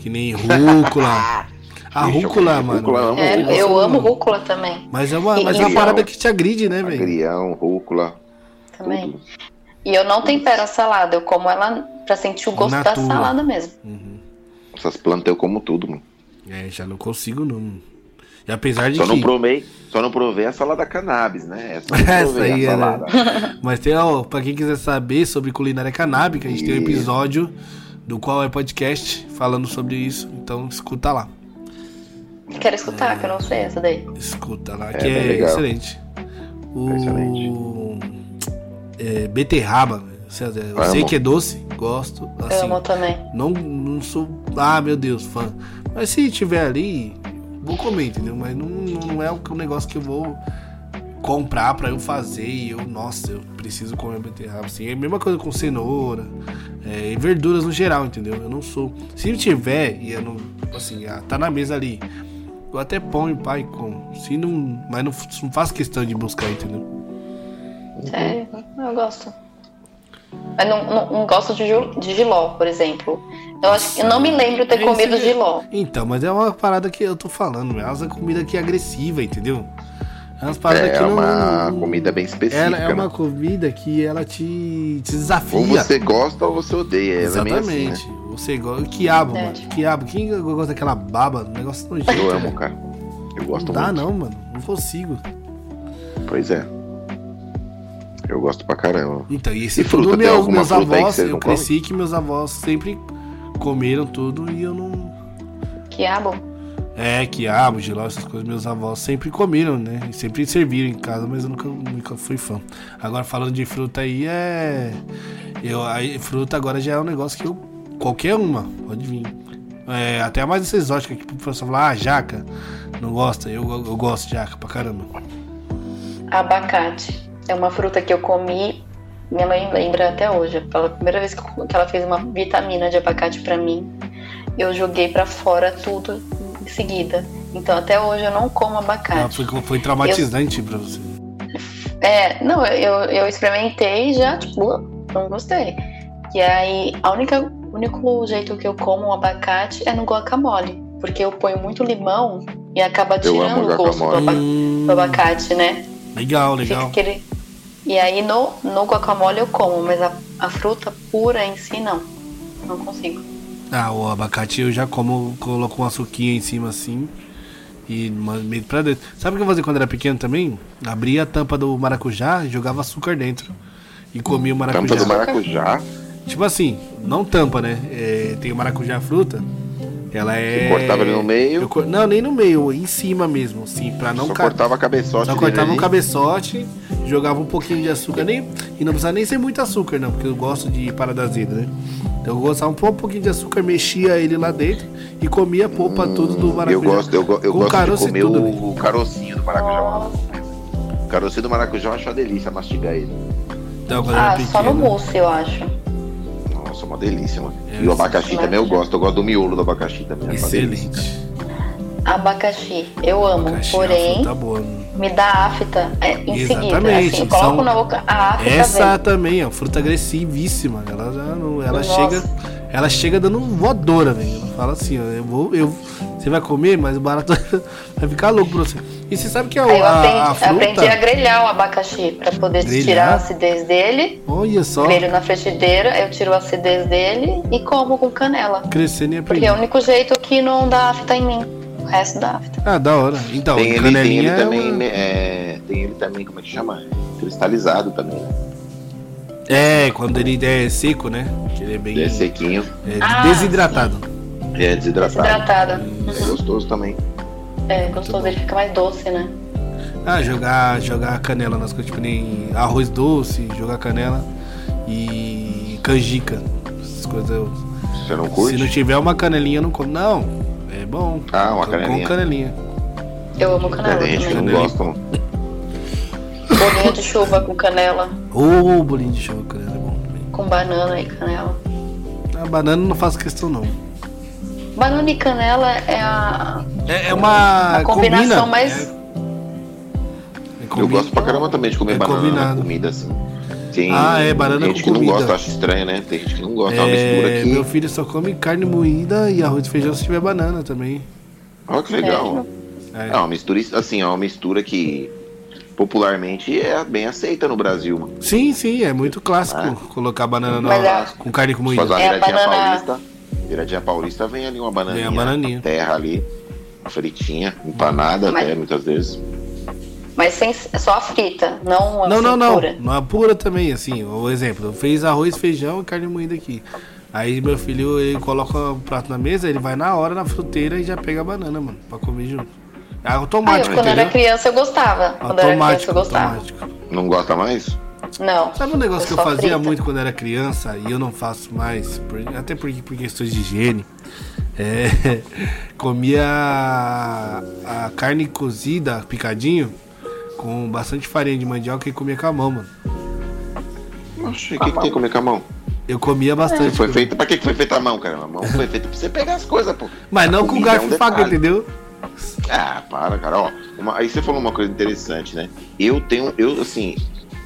que <laughs> nem rúcula. A Ixi, rúcula, eu- mano. rúcula eu amo É, rúcula. eu amo rúcula também. Mas é uma, E- mas é uma e- parada que te agride, né, velho? Agrião, rúcula, também. tudo. E eu não tempero a salada, eu como ela pra sentir o gosto da Natura. salada mesmo. Uhum. Essas plantas eu como tudo, mano. É, já não consigo não. E apesar de Só não que. provei, só não provei a salada cannabis, né? Essa, eu não Essa provei, a aí, né? salada. Mas tem, ó, pra quem quiser saber sobre culinária canábica, a gente tem um Isso. episódio do qual é podcast falando sobre isso. Então escuta lá. Quero escutar, que eu não sei essa daí. Escuta lá, É, que bem é legal. excelente. O... Excelente. É, beterraba, velho. Ou seja, Eu sei Amo. que é doce, gosto. Eu Assim, amo também. não, não sou, ah, meu Deus, fã. Mas se tiver ali, vou comer, entendeu? Mas não, não é um negócio que eu vou comprar pra eu fazer e eu, nossa, eu preciso comer beterraba. Assim, é a mesma coisa com cenoura é, e verduras no geral, entendeu? Eu não sou. Se tiver, e eu não, assim, ah, tá na mesa ali, eu até ponho, pai, como. Se não, mas não, f- não faço questão de buscar, entendeu? Uhum. Sério, É, eu gosto. Mas não, não- não gosto de, ju- de giló, por exemplo. Eu, acho, que- eu não me lembro ter É isso comido aí. giló. Então, mas é uma parada que eu tô falando, velho. é uma comida que é agressiva, entendeu? É umas paradas É que não- uma comida bem específica. Ela é né? uma comida que ela te, te desafia. Ou você gosta ou você odeia. Ela é meio assim, né? Exatamente. Você gosta. Quiabo, Verdade. mano. Quiabo. Quem gosta daquela baba? Um negócio nojento. Eu velho. amo, cara. Eu gosto Não dá, muito. não, mano. Não consigo. Pois é. Eu gosto pra caramba. Então, e esse E fruta, tudo tem meus, alguma meus fruta aí que avós, vocês eu não comem? cresci que meus avós sempre comeram tudo e eu não. Quiabo. É, quiabo, geló, essas coisas, meus avós sempre comeram, né? E sempre serviram em casa, mas eu nunca, nunca fui fã. Agora, falando de fruta aí, é. Eu, aí, fruta agora já é um negócio que eu. Qualquer uma, pode vir. É, até a mais essa exótica que o professor fala, ah, jaca. Não gosta, eu, eu gosto de jaca pra caramba. Abacate. É uma fruta que eu comi. Minha mãe lembra até hoje. Pela primeira vez que eu- que ela fez uma vitamina de abacate pra mim, eu joguei pra fora tudo em seguida. Então até hoje eu não como Ah, abacate. foi, foi traumatizante pra você. É, não, eu, eu experimentei e já, tipo, não gostei. E aí, a única, o único jeito que eu como um abacate é no guacamole. Porque eu ponho muito limão e acaba Eu amo tirando o gosto do, guacamole. aba- Hum, do abacate, né? legal, Fica legal. aquele. E aí no, no guacamole eu como, mas a, a fruta pura em si não. Não consigo. Ah, o abacate eu já como, coloco um açuquinho em cima assim. E ma- meio pra dentro. Sabe o que eu fazia quando era pequeno também? Abria a tampa do maracujá e jogava açúcar dentro. E comia o maracujá. Tampa do maracujá. Tipo assim, não tampa, né? É, tem o maracujá a fruta. Ela é. Você cortava ele no meio? Eu cor- Não, nem no meio, em cima mesmo, assim, pra não só ca- cortava a cabeçote Só dele cortava um ali. cabeçote, jogava um pouquinho de açúcar nem, e não precisava nem ser muito açúcar, não, porque eu gosto de parada azeda, né? Então eu gostava um pouco- um pouquinho de açúcar, mexia ele lá dentro e comia a polpa tudo do maracujá. Hum, Eu gosto, eu, go- eu Com gosto de caroço e comer tudo, o- velho. o, carocinho do maracujá. O carocinho do maracujá eu acho uma delícia mastigar ele. Então, quando eu era Ah, só no pequeno- mousse, eu acho. Nossa, uma delícia, mano. É, e o abacaxi sim. também eu gosto. Eu gosto do miolo do abacaxi também. é uma delícia, cara. Excelente. Abacaxi, eu amo. Abacaxi, Porém, tá boa. né? me dá afta é, em seguida. Exatamente, Assim, eu coloco são- na boca a afta Essa vem. também, ó, fruta agressivíssima. Ela já não, ela Nossa. chega, ela chega dando voadora, velho. Ela fala assim, ó, eu vou, eu, você vai comer, mas o barato <laughs> vai ficar louco pra você. E você sabe que a, Aí eu a- aprendi, a fruta? aprendi a grelhar o abacaxi pra poder Grelhar? tirar a acidez dele. Olha só, Grelho na frigideira, eu tiro a acidez dele e como com canela. crescendo e Porque é o aprendendo. único jeito que não dá afta em mim. O resto dá afta. Ah, da hora. Então, Tem ele, tem canelinha ele é também, uma- né, é, tem ele também, como é que chama? É, Cristalizado também, né? É, quando ele é seco, né? Que ele é bem É sequinho, é Ah, desidratado. é desidratado. Desidratada. É gostoso também. É gostoso, ele fica mais doce, né? Ah, jogar, jogar canela nas coisas, tipo nem arroz doce, jogar canela e canjica. Essas coisas eu- Você não Se não curte? tiver uma canelinha, eu não como. Não, é bom. Ah, uma Eu canelinha. como canelinha. Eu amo canela Tem gente que também. não Canela. gosta. não. Bolinho de chuva com canela, Ou bolinho de chuva, canela é bom também. com banana e canela. A Ah, banana eu não faço questão, não. Banana e canela é a, É, é uma. a combinação combina. É, mais. é Eu combi- gosto pra caramba também de comer É banana combinado. na comida, assim. Tem Ah, é, banana gente com que comida. não gosta, acho estranho, né? Tem gente que não gosta, é uma mistura É, aqui. meu filho só come carne moída e arroz e feijão se tiver banana também. Olha que legal. É. É uma mistura, assim, é uma mistura que popularmente é bem aceita no Brasil, mano. Sim, sim, é muito clássico Ah. colocar banana Mas é na- a- com carne moída. Faz uma É a Tipo, viradinha banana- paulista. Viradinha paulista vem ali uma bananinha. Vem a bananinha. na Terra ali, uma fritinha, empanada Mas- até, muitas vezes. Mas sem, é só a frita, não a Não, não, não. cintura. Uma pura também, assim. O exemplo, fez arroz, feijão e carne moída aqui. Aí meu filho, ele coloca o prato na mesa, ele vai na hora na fruteira e já pega a banana, mano, pra comer junto. É Ah, eu, automático, quando eu era entendeu? criança eu gostava. Quando eu era criança Automático, eu gostava. automático. Não gosta mais? Não. Sabe um negócio que eu só fazia frita. muito quando era criança e eu não faço mais, por- até por, por questões de higiene? É, <laughs> comia a, a carne cozida, picadinho, com bastante farinha de mandioca e comia com a mão, mano. Oxe, o que, que tem que comer com a mão? Eu comia bastante. Foi feito, pra que que foi feita a mão, cara? A mão foi feita pra você pegar as coisas, pô. Mas não com Comida é um garfo e faca, detalhe. entendeu? Ah, para, cara. Ó, uma- aí você falou uma coisa interessante, né? Eu tenho, eu assim,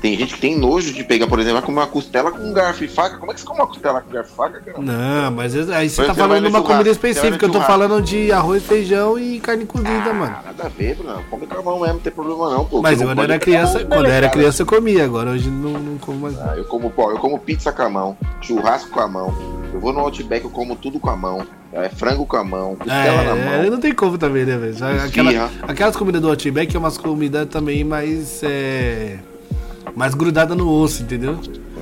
tem gente que tem nojo de pegar, por exemplo, vai comer uma costela com garfo e faca. Como é que você come uma costela com garfo e faca, cara? Não, mas aí você Mas tá você vai falando de no uma churrasco, comida você vai no específica. Eu tô churrasco. falando de arroz, feijão e carne cozida, Ah, mano. Nada a ver, Bruno. Come com a mão mesmo, não tem problema não, pô. Mas Você não quando eu pode era pegar criança, a mão, quando eu né, era cara? criança eu comia, agora hoje não, não como mais. Ah, eu como, pô, eu como pizza com a mão, churrasco com a mão. Eu vou no Outback, eu como tudo com a mão. É, frango com a mão, costela na É, mão. não tem como também, né, velho? Já Esfirra. aquela- aquelas comidas do Outback é umas comidas também mais. É, mais grudada no osso, entendeu?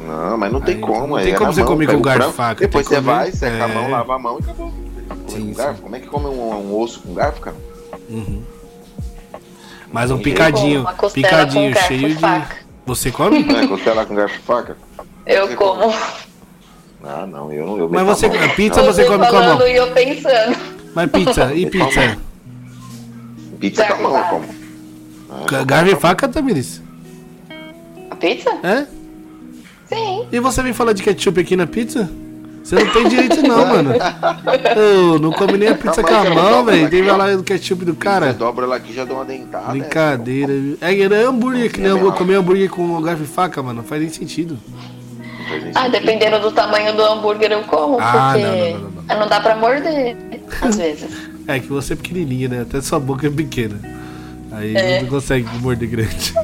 Não, mas não tem Aí, como. não aí tem é como na você mão, comer com pega o garfo e frango, faca, Depois tem você que comer- vai, seca a é. mão, lava a mão e acabou. Sim, Come com sim. garfo? Como é que come um, um osso com garfo, cara? Mas um Tem picadinho, Uma costela picadinho, com garfo e cheio de. faca. Você come? Não é costela com garfo e faca? Eu como. Ah, não, eu não. Eu Mas meto a você- mão. pizza você come com a mão? falando e eu pensando. Mas pizza, <laughs> e Tem pizza? Pizza com a mão, eu como. Ga- Garfo e faca, Tamiris? A pizza? É? Sim. E você vem falar de ketchup aqui na pizza? Você não tem direito não, mano. Eu não come nem a pizza com a mão, velho. Quem vai lá é do ketchup do Cara, cara? dobra ela aqui e já dá uma dentada. Brincadeira. viu? É, é hambúrguer que nem hambúrguer. Comer hambúrguer com um garfo e faca, mano, não faz nem sentido. Não faz nem Ah, sentido. dependendo do tamanho do hambúrguer eu como, Ah, porque não, não, não, não, dá pra morder, às vezes. É que você é pequenininha, né? Até sua boca é pequena. Aí É. não consegue morder grande.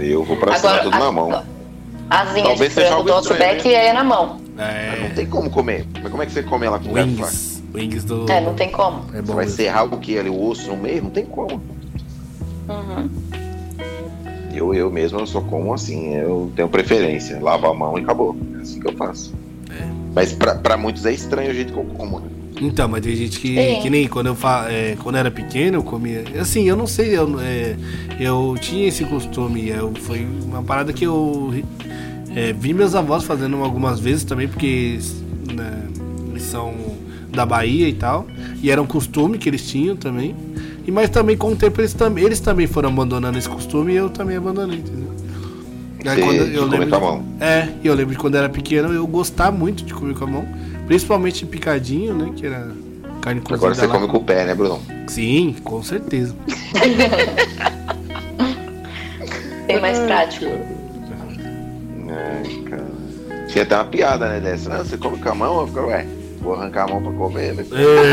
Eu vou pra cima tudo na mão. a asinha de Talvez seja frango algo do estranho, né? Outback é na mão. Não É. tem como comer. Mas como é que você come ela com garfo e faca? Wings. Wings do. Uhum. É, não tem como. É Você bom. vai mesmo. serrar o que ali? O osso no meio? Não tem como. Uhum. Eu, eu mesmo, eu só como assim. Eu tenho preferência. Lavo a mão e acabou. É assim que eu faço. É. Mas pra, pra muitos é estranho o jeito que eu como. né? Então, mas tem gente que, Sim. que nem quando eu fa- é, quando eu era pequeno, eu comia. Assim, eu não sei, eu, é, eu tinha esse costume. é, Eu, foi uma parada que eu é, vi meus avós fazendo algumas vezes também, porque né, eles são da Bahia e tal. E era um costume que eles tinham também. E mas também com o tempo eles, tam, eles também foram abandonando esse costume e É, eu também abandonei, entendeu? Você de comer lembro com a de- mão. É, e eu lembro de quando era pequeno eu gostava muito de comer com a mão. Principalmente picadinho, né? Que era carne cozida Agora você lá. come com o pé, né, Bruno? Sim, com <laughs> certeza. Bem Uhum. mais prático. É, cara. Tinha até uma piada, né, dessa. Ah, você come com a mão? Eu fico, ué, vou arrancar a mão pra comer. né? É,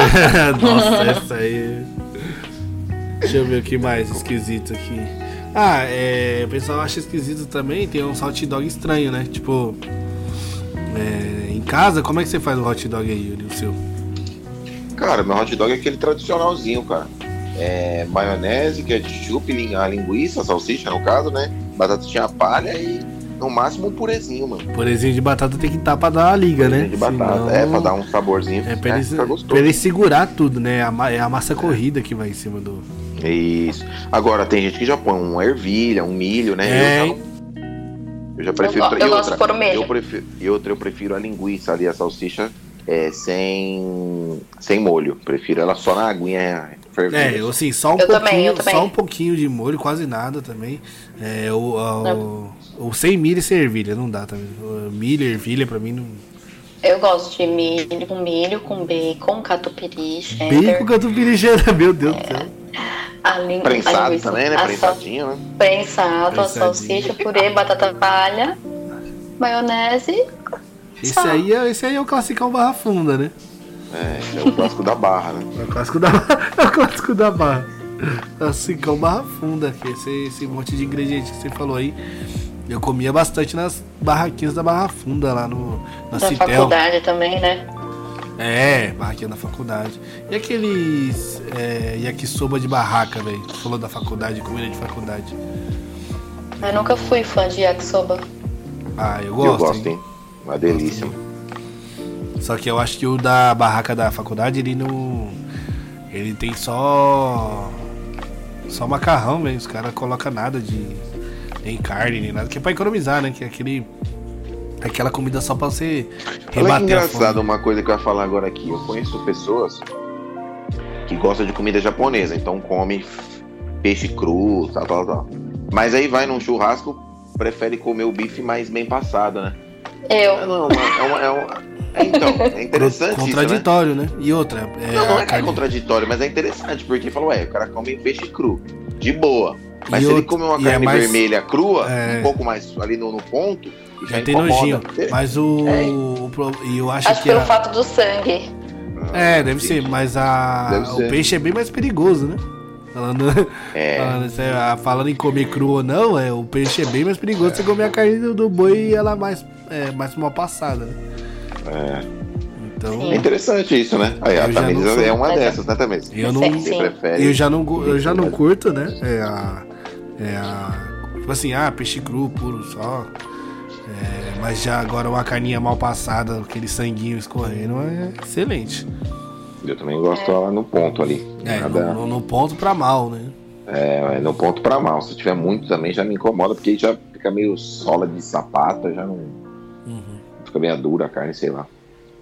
<laughs> Nossa, essa aí. Deixa eu ver o que mais esquisito aqui. Ah, é, o pessoal acha esquisito também, tem um hot dog estranho, né? Tipo, é, em casa, como é que você faz o hot dog aí, Yuri, o seu? Cara, meu hot dog é aquele tradicionalzinho, cara. É maionese, ketchup, lin- a linguiça, salsicha no caso, né? Batatinha palha e no máximo um purezinho, mano. Purezinho de batata tem que estar pra dar a liga, né? De batata. Senão- É, pra dar um saborzinho. É pra ele, fica gostoso. pra ele segurar tudo, né? A ma- É a massa corrida que vai em cima do. É Isso. Agora, tem gente que já põe uma ervilha, um milho, né? É, Eu já, não- eu já prefiro. Eu go- e eu gosto de outra, pôr o milho. eu prefiro, e outra, eu prefiro a linguiça ali, a salsicha, é, sem, sem molho. Prefiro ela só na aguinha fervendo. É, eu, assim, só um, Eu pouquinho, também, eu também. só um pouquinho de molho, quase nada também. É, o, a- o, o sem milho e sem ervilha, não dá também. O Milho e ervilha pra mim não. Eu gosto de milho com milho, com bacon, catupiry, cheddar, Bacon catupiry cheddar, <laughs> meu Deus É. do céu. a lin- a Prensado linguiça, também, né? a Prensadinho, né? sal- prensado, a Prensadinho. salsicha, purê, batata palha, maionese. Esse sal. aí, é, esse aí é o classicão barra funda, né? É, é o clássico da barra, né? É o clássico da, <laughs> é o clássico da barra. Classicão barra funda, que esse, esse monte de ingrediente que você falou aí. Eu comia bastante nas barraquinhas da barra funda lá no, na Da Citel. faculdade também, né? É, barraquinha da faculdade. E aqueles. É, yakisoba de barraca, velho. Tu falou da faculdade, comida de faculdade. Eu nunca fui fã de yakisoba. Ah, eu eu gosto. gosto, hein? hein? Uma delícia. mano. Só que eu acho que o da barraca da faculdade, ele não. Ele tem só. Só macarrão, velho. Os caras colocam nada de. Nem carne, nem nada. Que é pra economizar, né? Que é aquele. Aquela comida só pra você Olha que rebater a é engraçado fome. uma coisa que eu ia falar agora aqui. Eu conheço pessoas que gostam de comida japonesa, então come peixe cru, tal, tal, tal. Mas aí vai num churrasco, prefere comer o bife mais bem passado, né? Eu. Não, é uma. É uma- é, então, é interessante isso, né? Contraditório, né? E outra, é Não, não a é que é carne. contraditório, mas é interessante, porque fala, ué, o cara come peixe cru, de boa. Mas E se ele outra- comer uma e é carne mais- vermelha crua, é. um pouco mais ali no, no ponto, Já tem nojinho. Mas o. É. o pro- E eu acho Acho que. é pelo a- fato do sangue. É, Ah, deve ser, mas a. Deve o ser. peixe é bem mais perigoso, né? Falando, <laughs> É, falando, isso aí, ah, falando em comer cru ou não, é, o peixe é bem mais perigoso você comer a carne do, do boi e ela mais, é, mais mal passada, né? é. Então. É interessante isso, né? Aí, Eu a já não Tamisa sou- é uma Mas é. dessas, né, Tamisa? Eu não- Você Sim. prefere... Eu já não, go- eu já não curto, né? É a. É a. Tipo assim, ah, peixe cru, puro só. É, mas já agora uma carninha mal passada, aquele sanguinho escorrendo, é excelente. Eu também gosto lá no ponto ali. É, Nada... no, no ponto pra mal, né? É, no ponto pra mal. Se tiver muito também já me incomoda, porque já fica meio sola de sapato, já não. Uhum. Fica meio dura a carne, sei lá.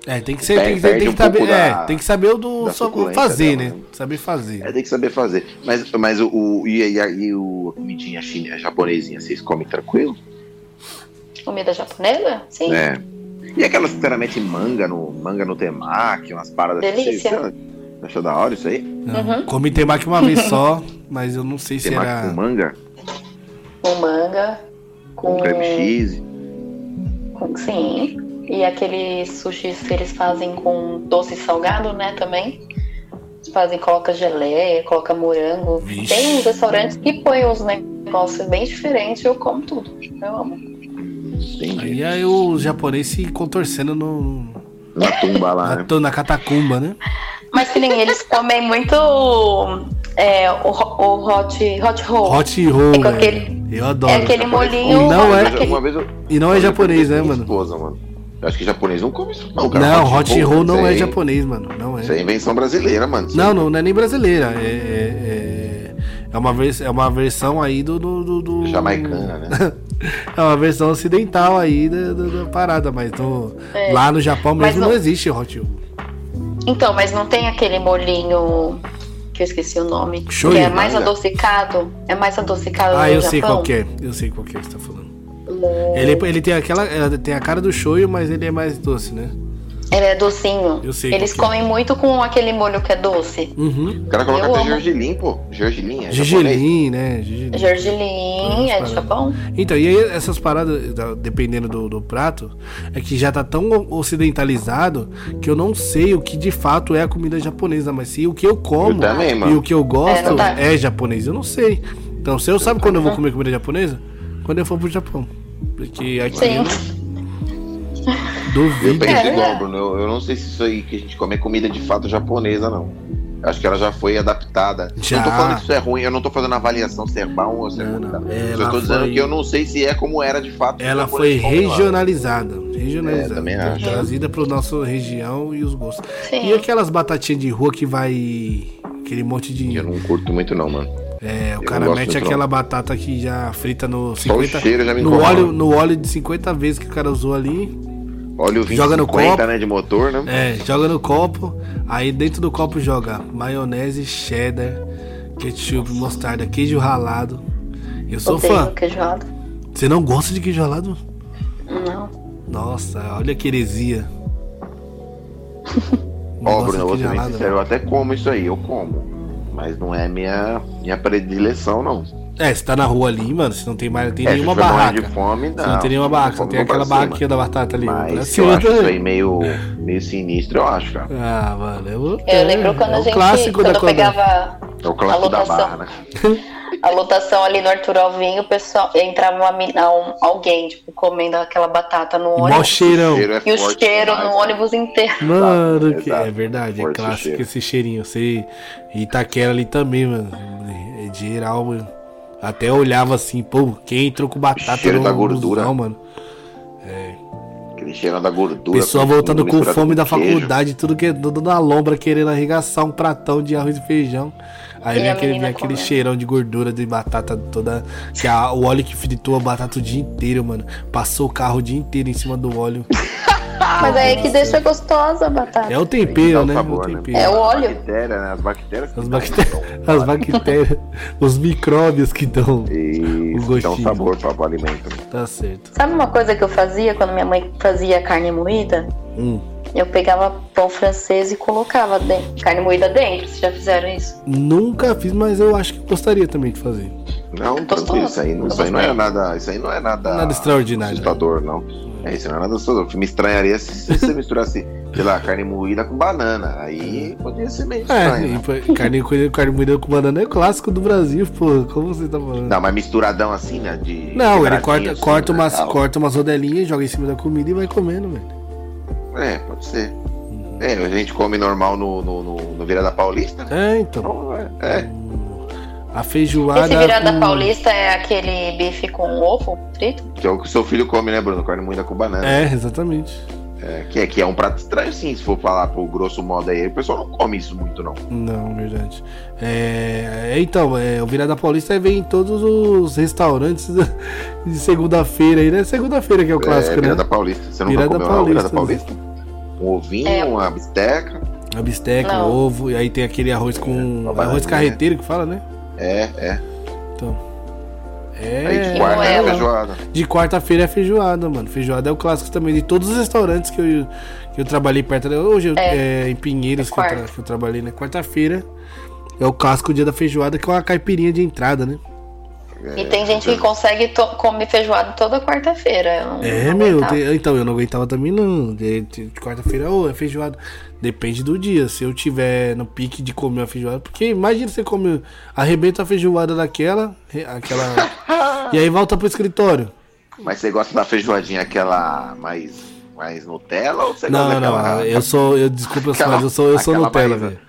É, tem que ser, tem, que, Perde tem um que saber, pouco é, da- tem que saber o do da só suculência fazer, dela, né? né? Saber fazer. É, tem que saber fazer. Mas, mas o, o- e, e, e o, a comidinha chinesa, japonesinha, vocês comem tranquilo? Comida japonesa? Sim. É. E aquela, sinceramente, manga no, manga no temaki, umas paradas Delícia. Vocês, ah, achou da hora isso aí? Não, Uhum. Comi temaki uma <laughs> vez só, mas eu não sei se Temaki com era. manga, Com manga. com Com, creme cheese. com- Sim. E aqueles sushis que eles fazem com doce salgado, né? Também. Eles Fazem, coloca geleia, coloca morango. Vixe. Tem uns restaurantes que põem uns negócios bem diferentes. Eu como tudo. Eu amo. Entendi. Aí aí o japonês se contorcendo no, Na tumba lá, na, né? to- na catacumba, né? Mas que nem eles comem muito é, o, ho- o hot, hot roll. Hot roll, É com velho. aquele- Eu é adoro. aquele japonês molinho. come. Não é Eu já- Uma vez eu, E não é japonês, né, mano? Esposa, mano. Eu acho que japonês não come isso, não, cara. tipo, Não, hot roll não isso é aí- japonês, mano. Não Isso é. é invenção brasileira, mano. Isso Não, não, não é nem brasileira. É, é, é, é uma, vers- é uma versão aí do. do, do, do- é Jamaicana, né? <laughs> É uma versão ocidental aí da, da- da parada, mas no- É. lá no Japão Mas mesmo não, não- existe hot roll. Então, mas não tem aquele molinho que eu esqueci o nome. Shoyu, que é mais nada. adocicado. É mais adocicado Ah, no eu Japão. sei qual que é. Eu sei qual que é que você tá falando. Hum. Ele, ele tem aquela. ela tem a cara do shoyu, mas ele é mais doce, né? Ele é docinho. Eu sei Eles qual que é. comem muito com aquele molho que é doce. Uhum. O cara coloca Eu até amo. gergelim, pô. Gergelim, é japonês. Gergelim, né? Gergelim. Gergelim, é de Parada. Japão? Então, e aí essas paradas, da- dependendo do, do prato, é que já tá tão ocidentalizado que eu não sei o que de fato é a comida japonesa, mas se o que eu como Eu também, mano. e o que eu É, gosto não Uhum. dá. é, japonês, eu não sei. Então, se eu sabe quando eu vou comer comida japonesa? Quando eu for pro Japão. Porque aqui Sim. eu Eu duvido. penso É, igual, é. Bruno. Eu, eu não sei se isso aí que a gente come é comida de fato japonesa, não. Acho que ela já foi adaptada. Já. Não tô falando que isso é ruim, eu não tô fazendo avaliação se é bom ou se é Não, ruim. não. tá? Ela Só tô dizendo foi- que eu não sei se é como era de fato. que Ela os foi japoneses comem lá. regionalizada. Regionalizada. É, também acho. Trazida para nossa região e os gostos. Sim. E aquelas batatinhas de rua que vai. Aquele monte de. Eu não curto muito, não, mano. É, o Eu cara gosto mete muito, aquela batata que já frita no Só o 50. cheiro já me No incomoda. óleo, no óleo de 50 vezes que o cara usou ali. Óleo 20, Joga no 50, copo. né, de motor, né? É, joga no copo. Aí dentro do copo joga maionese, cheddar, ketchup, mostarda, queijo ralado. Eu sou fã. Odeio queijoada. Você não gosta de queijo ralado? Não. Nossa, olha que <laughs> heresia. Não Ó, gosta Bruno, eu de vou queijo ser bem ralado, sincero, eu até como isso aí, eu como. Mas não é minha, minha predileção, não. não. É, você tá na rua ali, mano, você não tem mais tem É, se nenhuma eu tiver morrendo barraca. de fome, não. Você não tem nenhuma barraca, só Fome tem não aquela pra cima. barraquinha da batata ali. pra Mas eu cima. acho É. isso aí meio, meio sinistro, eu acho, cara. Ah, mano, eu, Eu lembro quando é a o gente. clássico quando da eu Kodak. pegava É o clássico da lotação. barra, né? a lotação ali no Arthur Alvinho, o pessoal entrava uma mina, um- alguém, tipo, comendo aquela batata no E Mó ônibus. cheirão. cheiro é E o forte cheiro demais, no né? ônibus inteiro. Mano, que... Exato. é verdade, é Forte clássico cheiro. esse cheirinho. Você... e Itaquera ali também, mano. É de geral, mano. Até eu olhava assim, pô, quem entrou com batata Cheiro no da gordura. busão, mano. Aquele cheiro da gordura. Pessoal com- voltando com misturado fome da queijo. faculdade, tudo que é tudo na lombra, querendo arregaçar um pratão de arroz e feijão. Aí E vem a aquele, vem menina aquele comendo. cheirão de gordura de batata toda. Que a- o óleo que fritou a batata o dia inteiro, mano. Passou o carro o dia inteiro em cima do óleo. Ah, Mas aí é que deixa gostosa a batata. É o Tem que dar tempero, o né? sabor, o né? tempero. É o As óleo. bactérias, né? As bactérias. que As dão- bactérias, as bactérias, os micróbios que dão. Isso, O dá um gostinho. sabor para o alimento. Tá certo. Sabe uma coisa que eu fazia quando minha mãe fazia carne moída? Hum. Eu pegava pão francês e colocava dentro, carne moída dentro. Vocês já fizeram isso? Nunca fiz, mas eu acho que gostaria também de fazer. Não, É Gostoso. tranquilo, isso aí, não- isso aí não é nada. Isso aí não é nada. Nada extraordinário. Assustador, não. É, isso não é nada assustador. Me estranharia se se você misturasse, sei lá, carne moída com banana. Aí poderia ser meio É, estranho. né? e, pô, carne, com- carne moída com banana é clássico do Brasil, pô. Como você tá falando? Não, mas misturadão assim, né? De Não, ele quebradinho corta, assim, corta, né, umas, tal. corta umas rodelinhas, joga em cima da comida e vai comendo, velho. É, pode ser. É, a gente come normal no, no, no, no Virada Paulista. né? É, então. Então, é, é. A feijoada. Esse virada com- paulista é aquele bife com ovo frito? Que é o que o seu filho come, né, Bruno? Carne moída com banana. É, exatamente. É, que, é, que é um prato estranho, sim, se for falar pro grosso modo aí. O pessoal não come isso muito, não. É Não, verdade. É, então, é, o Virada Paulista vem em todos os restaurantes <laughs> de segunda-feira aí, né? Segunda-feira que é o clássico, é, né? Virada Paulista. Você nunca Virada comeu não, Virada Paulista, né? Paulista? Um ovinho, É. uma bisteca. A bisteca, Não. o ovo, e aí tem aquele arroz com. uma arroz bananinha. carreteiro que fala, né? É, é. É. Aí de guarda, quarta é moela. feijoada. De quarta-feira é feijoada, mano. Feijoada é o clássico também de todos os restaurantes que eu, que eu trabalhei perto. da- Hoje eu- é, em Pinheiros É que, eu tra- quarta. que eu trabalhei, né? Quarta-feira é o clássico dia da feijoada, que é uma caipirinha de entrada, né? e tem gente que consegue to- comer feijoada toda quarta-feira. Eu não- É, não meu. aguentava. tem- então, eu não aguentava também, não. De, de- de quarta-feira, ô, é feijoada. Depende do dia. Se eu tiver no pique de comer uma feijoada. Porque imagina você come. Arrebenta a feijoada daquela. re- <laughs> Aquela. e aí volta pro escritório. Mas você gosta da feijoadinha aquela mais, mais Nutella ou você Não, gosta não, não. daquela... Eu sou. Eu, desculpa, eu sou- aquela- mas eu sou, eu sou aquela Nutella, mais- velho.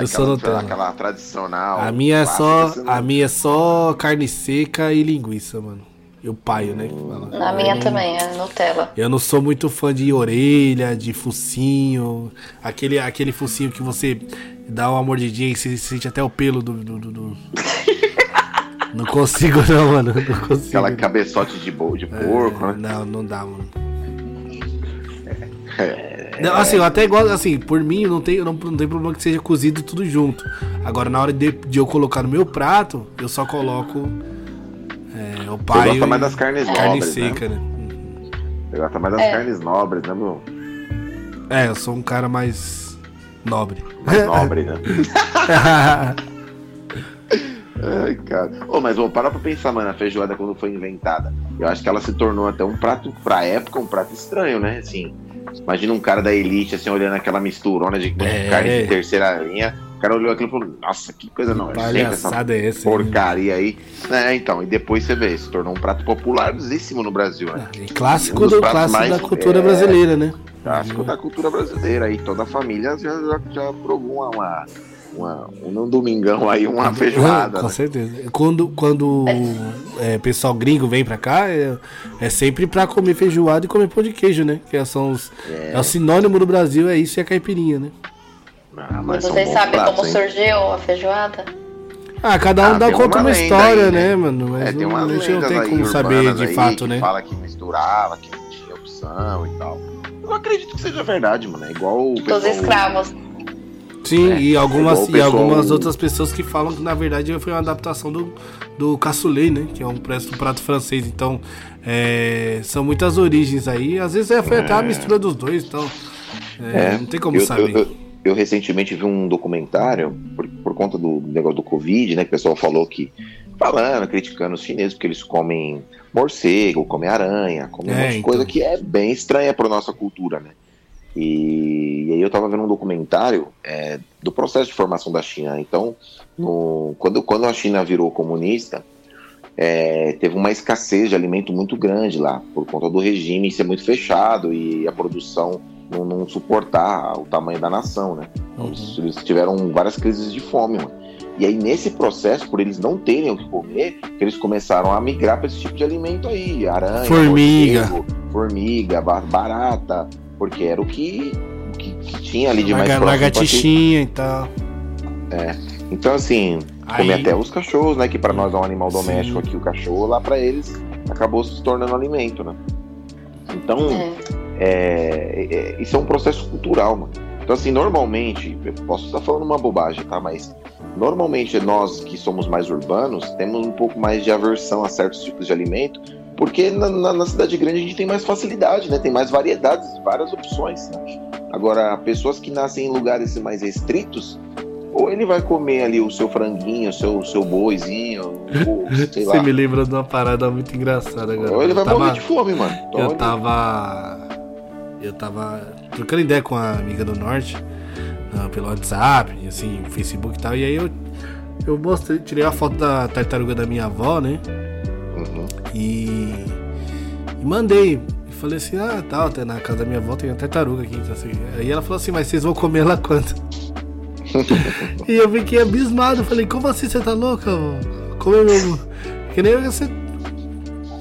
Eu sou Nutella. Aquela tradicional. A minha é só, clássica, assim, você não- a minha é só carne seca e linguiça, mano. Eu paio, né? que fala. Na minha também, é Nutella. Eu não sou muito fã de orelha, de focinho, aquele, aquele focinho que você dá uma mordidinha e você sente até o pelo do. do- do- <laughs> do- Não consigo não, mano. Não consigo. Aquela cabeçote de, bo... É, de porco, né? Não, não dá, mano. É, Não, assim, eu até gosto, assim, por mim não tem, não, não tem problema que seja cozido tudo junto. Agora, na hora de, de eu colocar no meu prato, eu só coloco é, o pai. Você gosta e- mais das carnes carne nobres, né? seca, né? Você gosta mais das É. carnes nobres, né, meu? É, eu sou um cara mais nobre. <laughs> Mais nobre, né? Ai, cara. Ô, mas vou parar pra pensar, mano, a feijoada quando foi inventada. Eu acho que ela se tornou até um prato, pra época, um prato estranho, né? Assim, imagina um cara da elite, assim, olhando aquela misturona de É. carne de terceira linha. O cara olhou aquilo e falou, nossa, que coisa não, nojenta essa Palhaçada é essa? hein? porcaria aí. É, então, e depois você vê, se tornou um prato popularíssimo no Brasil, né? Ah, e clássico Um dos do pratos clássico mais- da cultura é, brasileira, né? Clássico da cultura brasileira aí, toda a família já, já, já provou uma, uma, uma- um domingão aí, uma <laughs> feijoada. Com né? certeza. Quando quando é, pessoal gringo vem pra cá, é, é sempre pra comer feijoada e comer pão de queijo, né? Que são os, é. o sinônimo do Brasil, é isso e a caipirinha, né? Ah, Mas mas são vocês bons sabem pratos, como hein? surgiu a feijoada? Ah, cada um Ah, dá tem conta uma uma lenda história, aí, né? né, mano? Mas É, tem não, umas a gente não lendas tem aí como saber urbanas de aí fato, que né? Fala que misturava, que não tinha opção e tal. Eu acredito que seja verdade, mano. É igual o Dos escravos. né, Sim, É, e algumas, igual o e algumas pessoal- outras pessoas que falam que na verdade foi uma adaptação do, do cassoulet, né? Que é um presto- um prato francês. Então, é, são muitas origens aí. Às vezes é, foi até a mistura dos dois, então. é, É, não tem como eu, saber. eu- eu- eu recentemente vi um documentário por, por conta do negócio do Covid, né? Que o pessoal falou que. Falando, criticando os chineses, porque eles comem morcego, comem aranha, comem um É, monte de então. coisa que é bem estranha para nossa cultura, né? E, e aí eu tava vendo um documentário é, do processo de formação da China. Então, no- quando, quando a China virou comunista, é, teve uma escassez de alimento muito grande lá, por conta do regime ser muito fechado e a produção não, não suportar o tamanho da nação, né? Então, Uhum. Eles tiveram várias crises de fome, mano. E aí, nesse processo, por eles não terem o que comer, que eles começaram a migrar para esse tipo de alimento aí. Aranha, Formiga. morcego, formiga, ba- barata, porque era o que, o que, que tinha ali de mais Laga- próximo pra ti. lagartixinha e tal. Então, assim, comer Aí, até os cachorros, né? Que para nós é um animal Sim. doméstico aqui, o cachorro, lá para eles, acabou se tornando alimento, né? Então, É. é, é, isso é um processo cultural, mano. Então, assim, normalmente, eu posso estar falando uma bobagem, tá? Mas normalmente nós que somos mais urbanos temos um pouco mais de aversão a certos tipos de alimento, porque na, na- na cidade grande a gente tem mais facilidade, né? Tem mais variedades, várias opções. né? Agora, pessoas que nascem em lugares mais restritos, ou ele vai comer ali o seu franguinho, o seu, o seu boizinho, ou, sei <laughs> lá. você me lembra de uma parada muito engraçada agora. Ou ele Eu vai tava- morrer de fome, mano. Então, Tá Eu ele- tava. Eu tava trocando ideia com a amiga do norte, ah, pelo WhatsApp, e assim, Facebook e tal. E aí eu, eu mostrei, tirei a foto da tartaruga da minha avó, né? Uhum. E, e mandei. E falei assim, ah, tal, tá, na casa da minha avó tem a tartaruga aqui. Então, assim. Aí ela falou assim, mas vocês vão comer ela quando? e eu fiquei abismado, falei, como assim você tá louca? vó? Comer meu. Que nem você.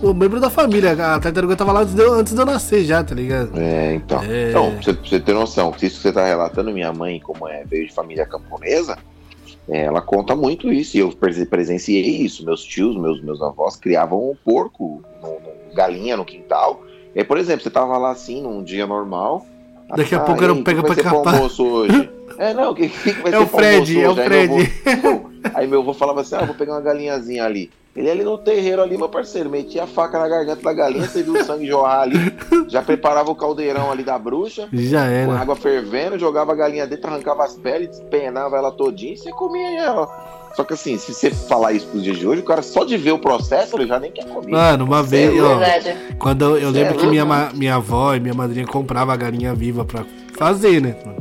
O membro da família, a tartaruga tava lá antes de eu, antes de eu nascer já, tá ligado? É, então. É. Então, pra você, pra você ter noção, isso que você tá relatando, minha mãe, como é, veio de família camponesa, é, ela conta muito isso. E eu presen- presenciei isso. Meus tios, meus, meus avós criavam um porco, no- no- galinha no quintal. E, aí, por exemplo, você tava lá assim num dia normal. ah, Daqui a pouco era um "Ei, pega que vai pra ser pro capar." almoço hoje. É, não, o que, que vai É ser o pro Fred, almoço é o hoje? Aí meu avô- <laughs> Aí meu avô falava assim: ah, vou pegar uma galinhazinha ali. Ele ali no terreiro ali, meu parceiro, metia a faca na garganta da galinha, você viu o sangue jorrar ali, já preparava o caldeirão ali da bruxa, Já com era. água fervendo, jogava a galinha dentro, arrancava as peles, despenava ela todinha e você comia ela. Só que assim, se você falar isso pros dias de hoje, o cara só de ver o processo, ele já nem quer comer. é Mano, uma vez, Sério? ó. Verdade. Quando eu, eu lembro Cê é que minha, louco, ma- minha avó e minha madrinha comprava a galinha viva pra fazer, né? mano?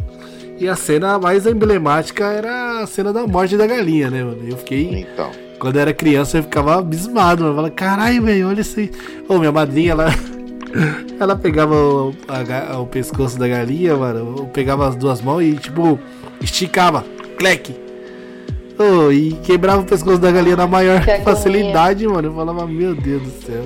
E a cena mais emblemática era a cena da morte da galinha, né, mano? Eu fiquei. Então, Quando eu era criança, eu ficava abismado, mano. Eu Falava, caralho, velho, olha isso aí. Ô, minha madrinha, ela. <laughs> Ela pegava o, a ga- o pescoço da galinha, mano. eu Pegava as duas mãos e, tipo, esticava. Cleque. Ô, e quebrava o pescoço da galinha na maior Que agonia. facilidade, mano. Eu falava, meu Deus do céu.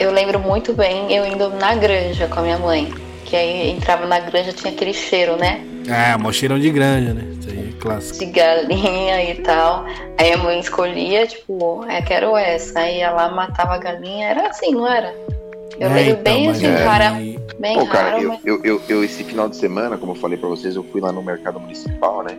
Eu lembro muito bem eu indo na granja com a minha mãe. Que aí entrava na granja, tinha aquele cheiro, né? É, mó cheirão de granja, né? Isso aí é clássico. de galinha e tal. Aí a mãe escolhia, tipo, é, quero essa. Aí ia lá, matava a galinha. Era assim, não era? Eu É, lembro então, bem mas assim, é, cara. e- Bem Ô, raro, cara, eu, mas eu, eu, eu- esse final de semana, como eu falei pra vocês, eu fui lá no mercado municipal, né?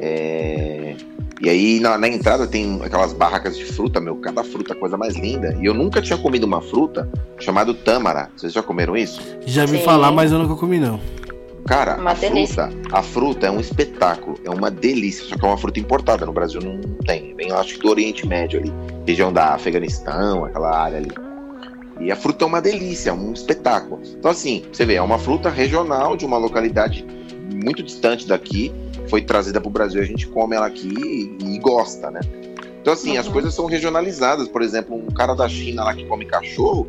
É, E aí na, na, entrada tem aquelas barracas de fruta, meu, cada fruta, coisa mais linda. E eu nunca tinha comido uma fruta chamada tâmara. Vocês já comeram isso? Já vi Sim. falar, mas eu nunca comi não. Cara, uma a delícia. fruta, a fruta é um espetáculo, é uma delícia, só que é uma fruta importada, no Brasil não tem. Vem acho que do Oriente Médio ali, região da Afeganistão, aquela área ali. E a fruta é uma delícia, é um espetáculo. Então assim, você vê, é uma fruta regional de uma localidade muito distante daqui, foi trazida para o Brasil, a gente come ela aqui e, e gosta, né? Então, assim, uhum. as coisas são regionalizadas. Por exemplo, um cara da China lá que come cachorro,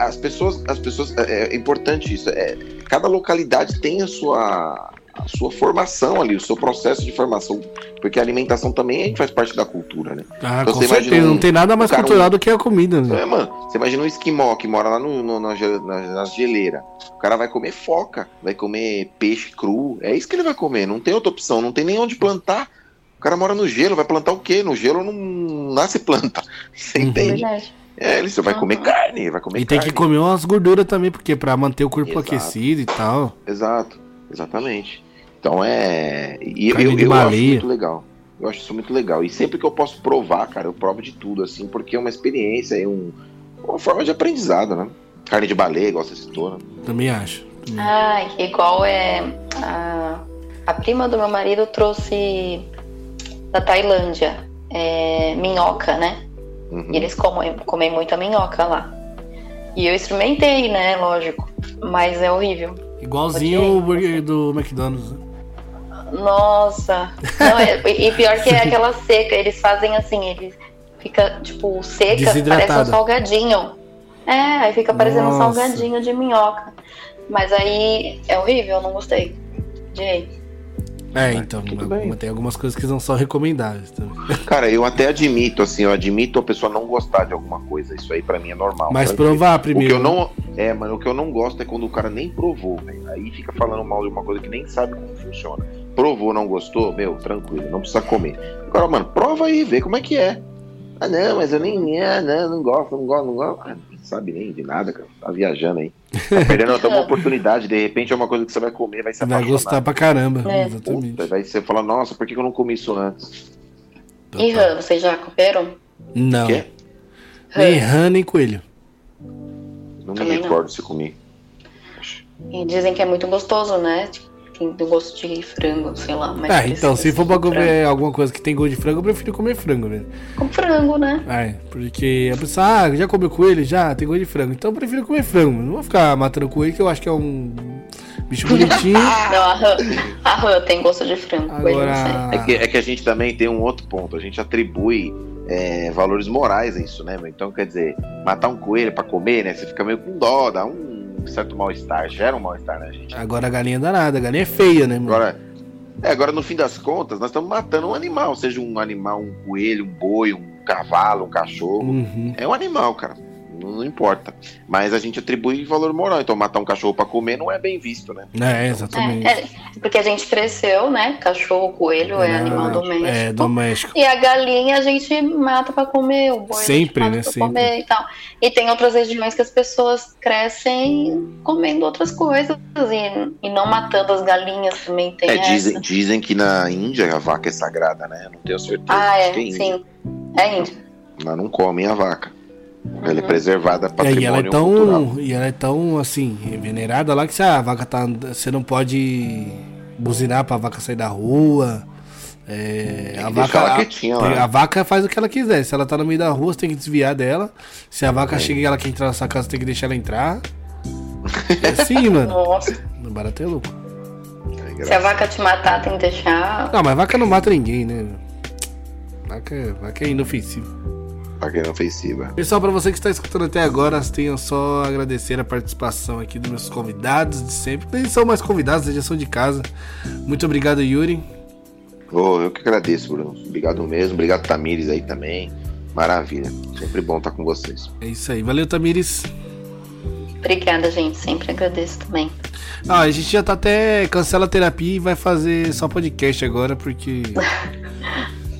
as pessoas, as pessoas, é, é importante isso. É, cada localidade tem a sua, a sua formação ali, o seu processo de formação, porque a alimentação também faz parte da cultura, né? Ah, então, com certeza. Um, não tem nada mais um cultural um... do que a comida, né? É, mano. Você imagina um esquimó que mora lá no, no, na, na geleira. O cara vai comer foca, vai comer peixe cru. É isso que ele vai comer. Não tem outra opção, não tem nem onde plantar. O cara mora no gelo, vai plantar o quê? No gelo não nasce planta. <laughs> Você uhum. entende? Verdade. É, ele só vai comer carne, vai comer E carne. tem que comer umas gorduras também, porque para manter o corpo Exato. aquecido e tal. Exato, exatamente. Então é. E carne eu, eu, eu acho muito legal. Eu acho isso muito legal. E sempre que eu posso provar, cara, eu provo de tudo, assim, porque é uma experiência, é um, uma forma de aprendizado, né? Carne de baleia, igual você citou, né? Também acho. Também. Ah, igual é. A, a prima do meu marido trouxe da Tailândia é, minhoca, né? Uhum. Hum. E eles comem, comem muita minhoca lá. E eu experimentei, né? Lógico. Mas é horrível. Igualzinho Odiei. o burger do McDonald's. Né? Nossa! Não, é, e pior <laughs> que é aquela seca. Eles fazem assim, eles fica tipo seca, parece um salgadinho. É, aí fica parecendo Nossa. um salgadinho de minhoca. Mas aí é horrível, eu não gostei. Odiei. É, então, mas, tem algumas coisas que são só recomendáveis também. Cara, eu até admito, assim, eu admito a pessoa não gostar de alguma coisa. Isso aí para mim é normal. Mas provar primeiro. né? O que eu não, é, mano, o que eu não gosto é quando o cara nem provou, velho. Aí fica falando mal de uma coisa que nem sabe como funciona. Provou, não gostou, meu, tranquilo, não precisa comer. Agora, mano, prova aí, vê como é que é. Ah, não, mas eu nem. Ah, não, não gosto, não gosto, não gosto. Ah, não sabe nem de nada, cara. Tá viajando aí. <laughs> Tá perdendo outra oportunidade, de repente é uma coisa que você vai comer, vai se Vai apaixonar. gostar pra caramba, é. exatamente. Puta, vai você falar, nossa, por que eu não comi isso antes? Então E tá. rã, vocês já comeram? Não. Quê? Nem rã, nem coelho. Não me recordo se comi. E dizem que é muito gostoso, né? Tipo, tem do gosto de frango, sei lá. Mas ah, então, se for pra comer frango. alguma coisa que tem gosto de frango, eu prefiro comer frango né? mesmo. Com frango, né? É, porque a pessoa, ah, já comeu coelho? Já, tem gosto de frango. Então eu prefiro comer frango. Não vou ficar matando coelho, que eu acho que é um bicho bonitinho. não, a rã, <laughs> a rã tem gosto de frango. Agora... Ah. É, que, é que a gente também tem um outro ponto. A gente atribui é, valores morais a isso, né? Então, quer dizer, matar um coelho pra comer, né? Você fica meio com dó, dá um certo mal-estar, gera um mal-estar na né, gente. Agora a galinha é danada, a galinha é feia, né, mano? Agora, é, agora no fim das contas, nós estamos matando um animal, seja um animal, um coelho, um boi, um cavalo, um cachorro. Uhum. É um animal, cara. Não, não, importa. Mas a gente atribui valor moral. Então, matar um cachorro para comer não é bem visto, né? É, exatamente. É, é, porque a gente cresceu, né? Cachorro, coelho é, é animal doméstico. É, doméstico. E a galinha a gente mata para comer, o boi Sempre, né? Sempre. comer e tal. E tem outras regiões que as pessoas crescem comendo outras coisas e, e não matando as galinhas também tem. É, dizem, dizem que na Índia a vaca é sagrada, né? Eu não tenho certeza. Ah, é, sim. É Índia. Mas não comem a vaca. Ela é Uhum. preservada patrimônio é, e ela é tão cultural. E ela é tão, assim, venerada lá que se a vaca tá... Você não pode buzinar pra vaca sair da rua. É, a, vaca, ela quietinha, a, a vaca faz o que ela quiser. Se ela tá no meio da rua, você tem que desviar dela. Se a vaca é. chega e ela quer entrar na sua casa, você tem que deixar ela entrar. É <laughs> assim, mano. Nossa. No barato é louco. É se a vaca te matar, tem que deixar... Não, mas vaca não mata ninguém, né? Vaca, vaca é inofensiva página ofensiva. Pessoal, para você que está escutando até agora, tenho só a agradecer a participação aqui dos meus convidados de sempre. Eles são mais convidados, eles já são de casa. Muito obrigado, Yuri. Oh, eu que agradeço, Bruno. Obrigado mesmo. Obrigado, Tamires, aí também. Maravilha. Sempre bom estar com vocês. É isso aí. Valeu, Tamires. Obrigada, gente. Sempre agradeço também. Ah, a gente já tá até cancela a terapia e vai fazer só podcast agora, porque.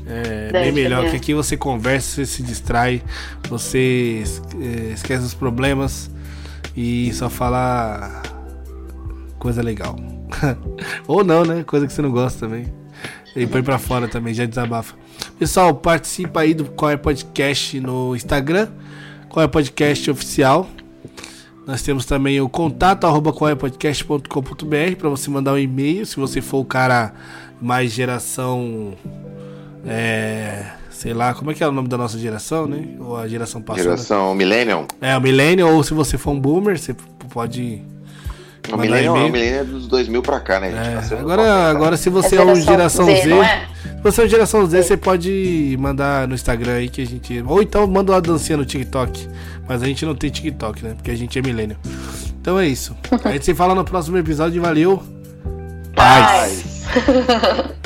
É Deve bem melhor, porque aqui você conversa, você se distrai, você é, esquece os problemas e só fala <laughs> coisa legal. Ou não, né? Coisa que você não gosta também. Ele põe pra fora também, já desabafa. Pessoal, participa aí do Qual é Podcast no Instagram, Qual é Podcast Oficial. Nós temos também o contato arroba qualepodcast.com.br para você mandar um e-mail, se você for o cara mais geração. É, sei lá, como é que é o nome da nossa geração, né? Ou a geração passada. Geração Millennium. É, o Millennium, ou se você for um boomer, você pode. O Millennium, o millennium é dos 2000 pra cá, né? A gente é, agora, agora, se você é, um geração Z, é? se você é um geração Z, você pode mandar no Instagram aí que a gente. Ou então manda uma dancinha no TikTok. Mas a gente não tem TikTok, né? Porque a gente é milênio. Então é isso. A gente se fala no próximo episódio. Valeu. Paz. Paz.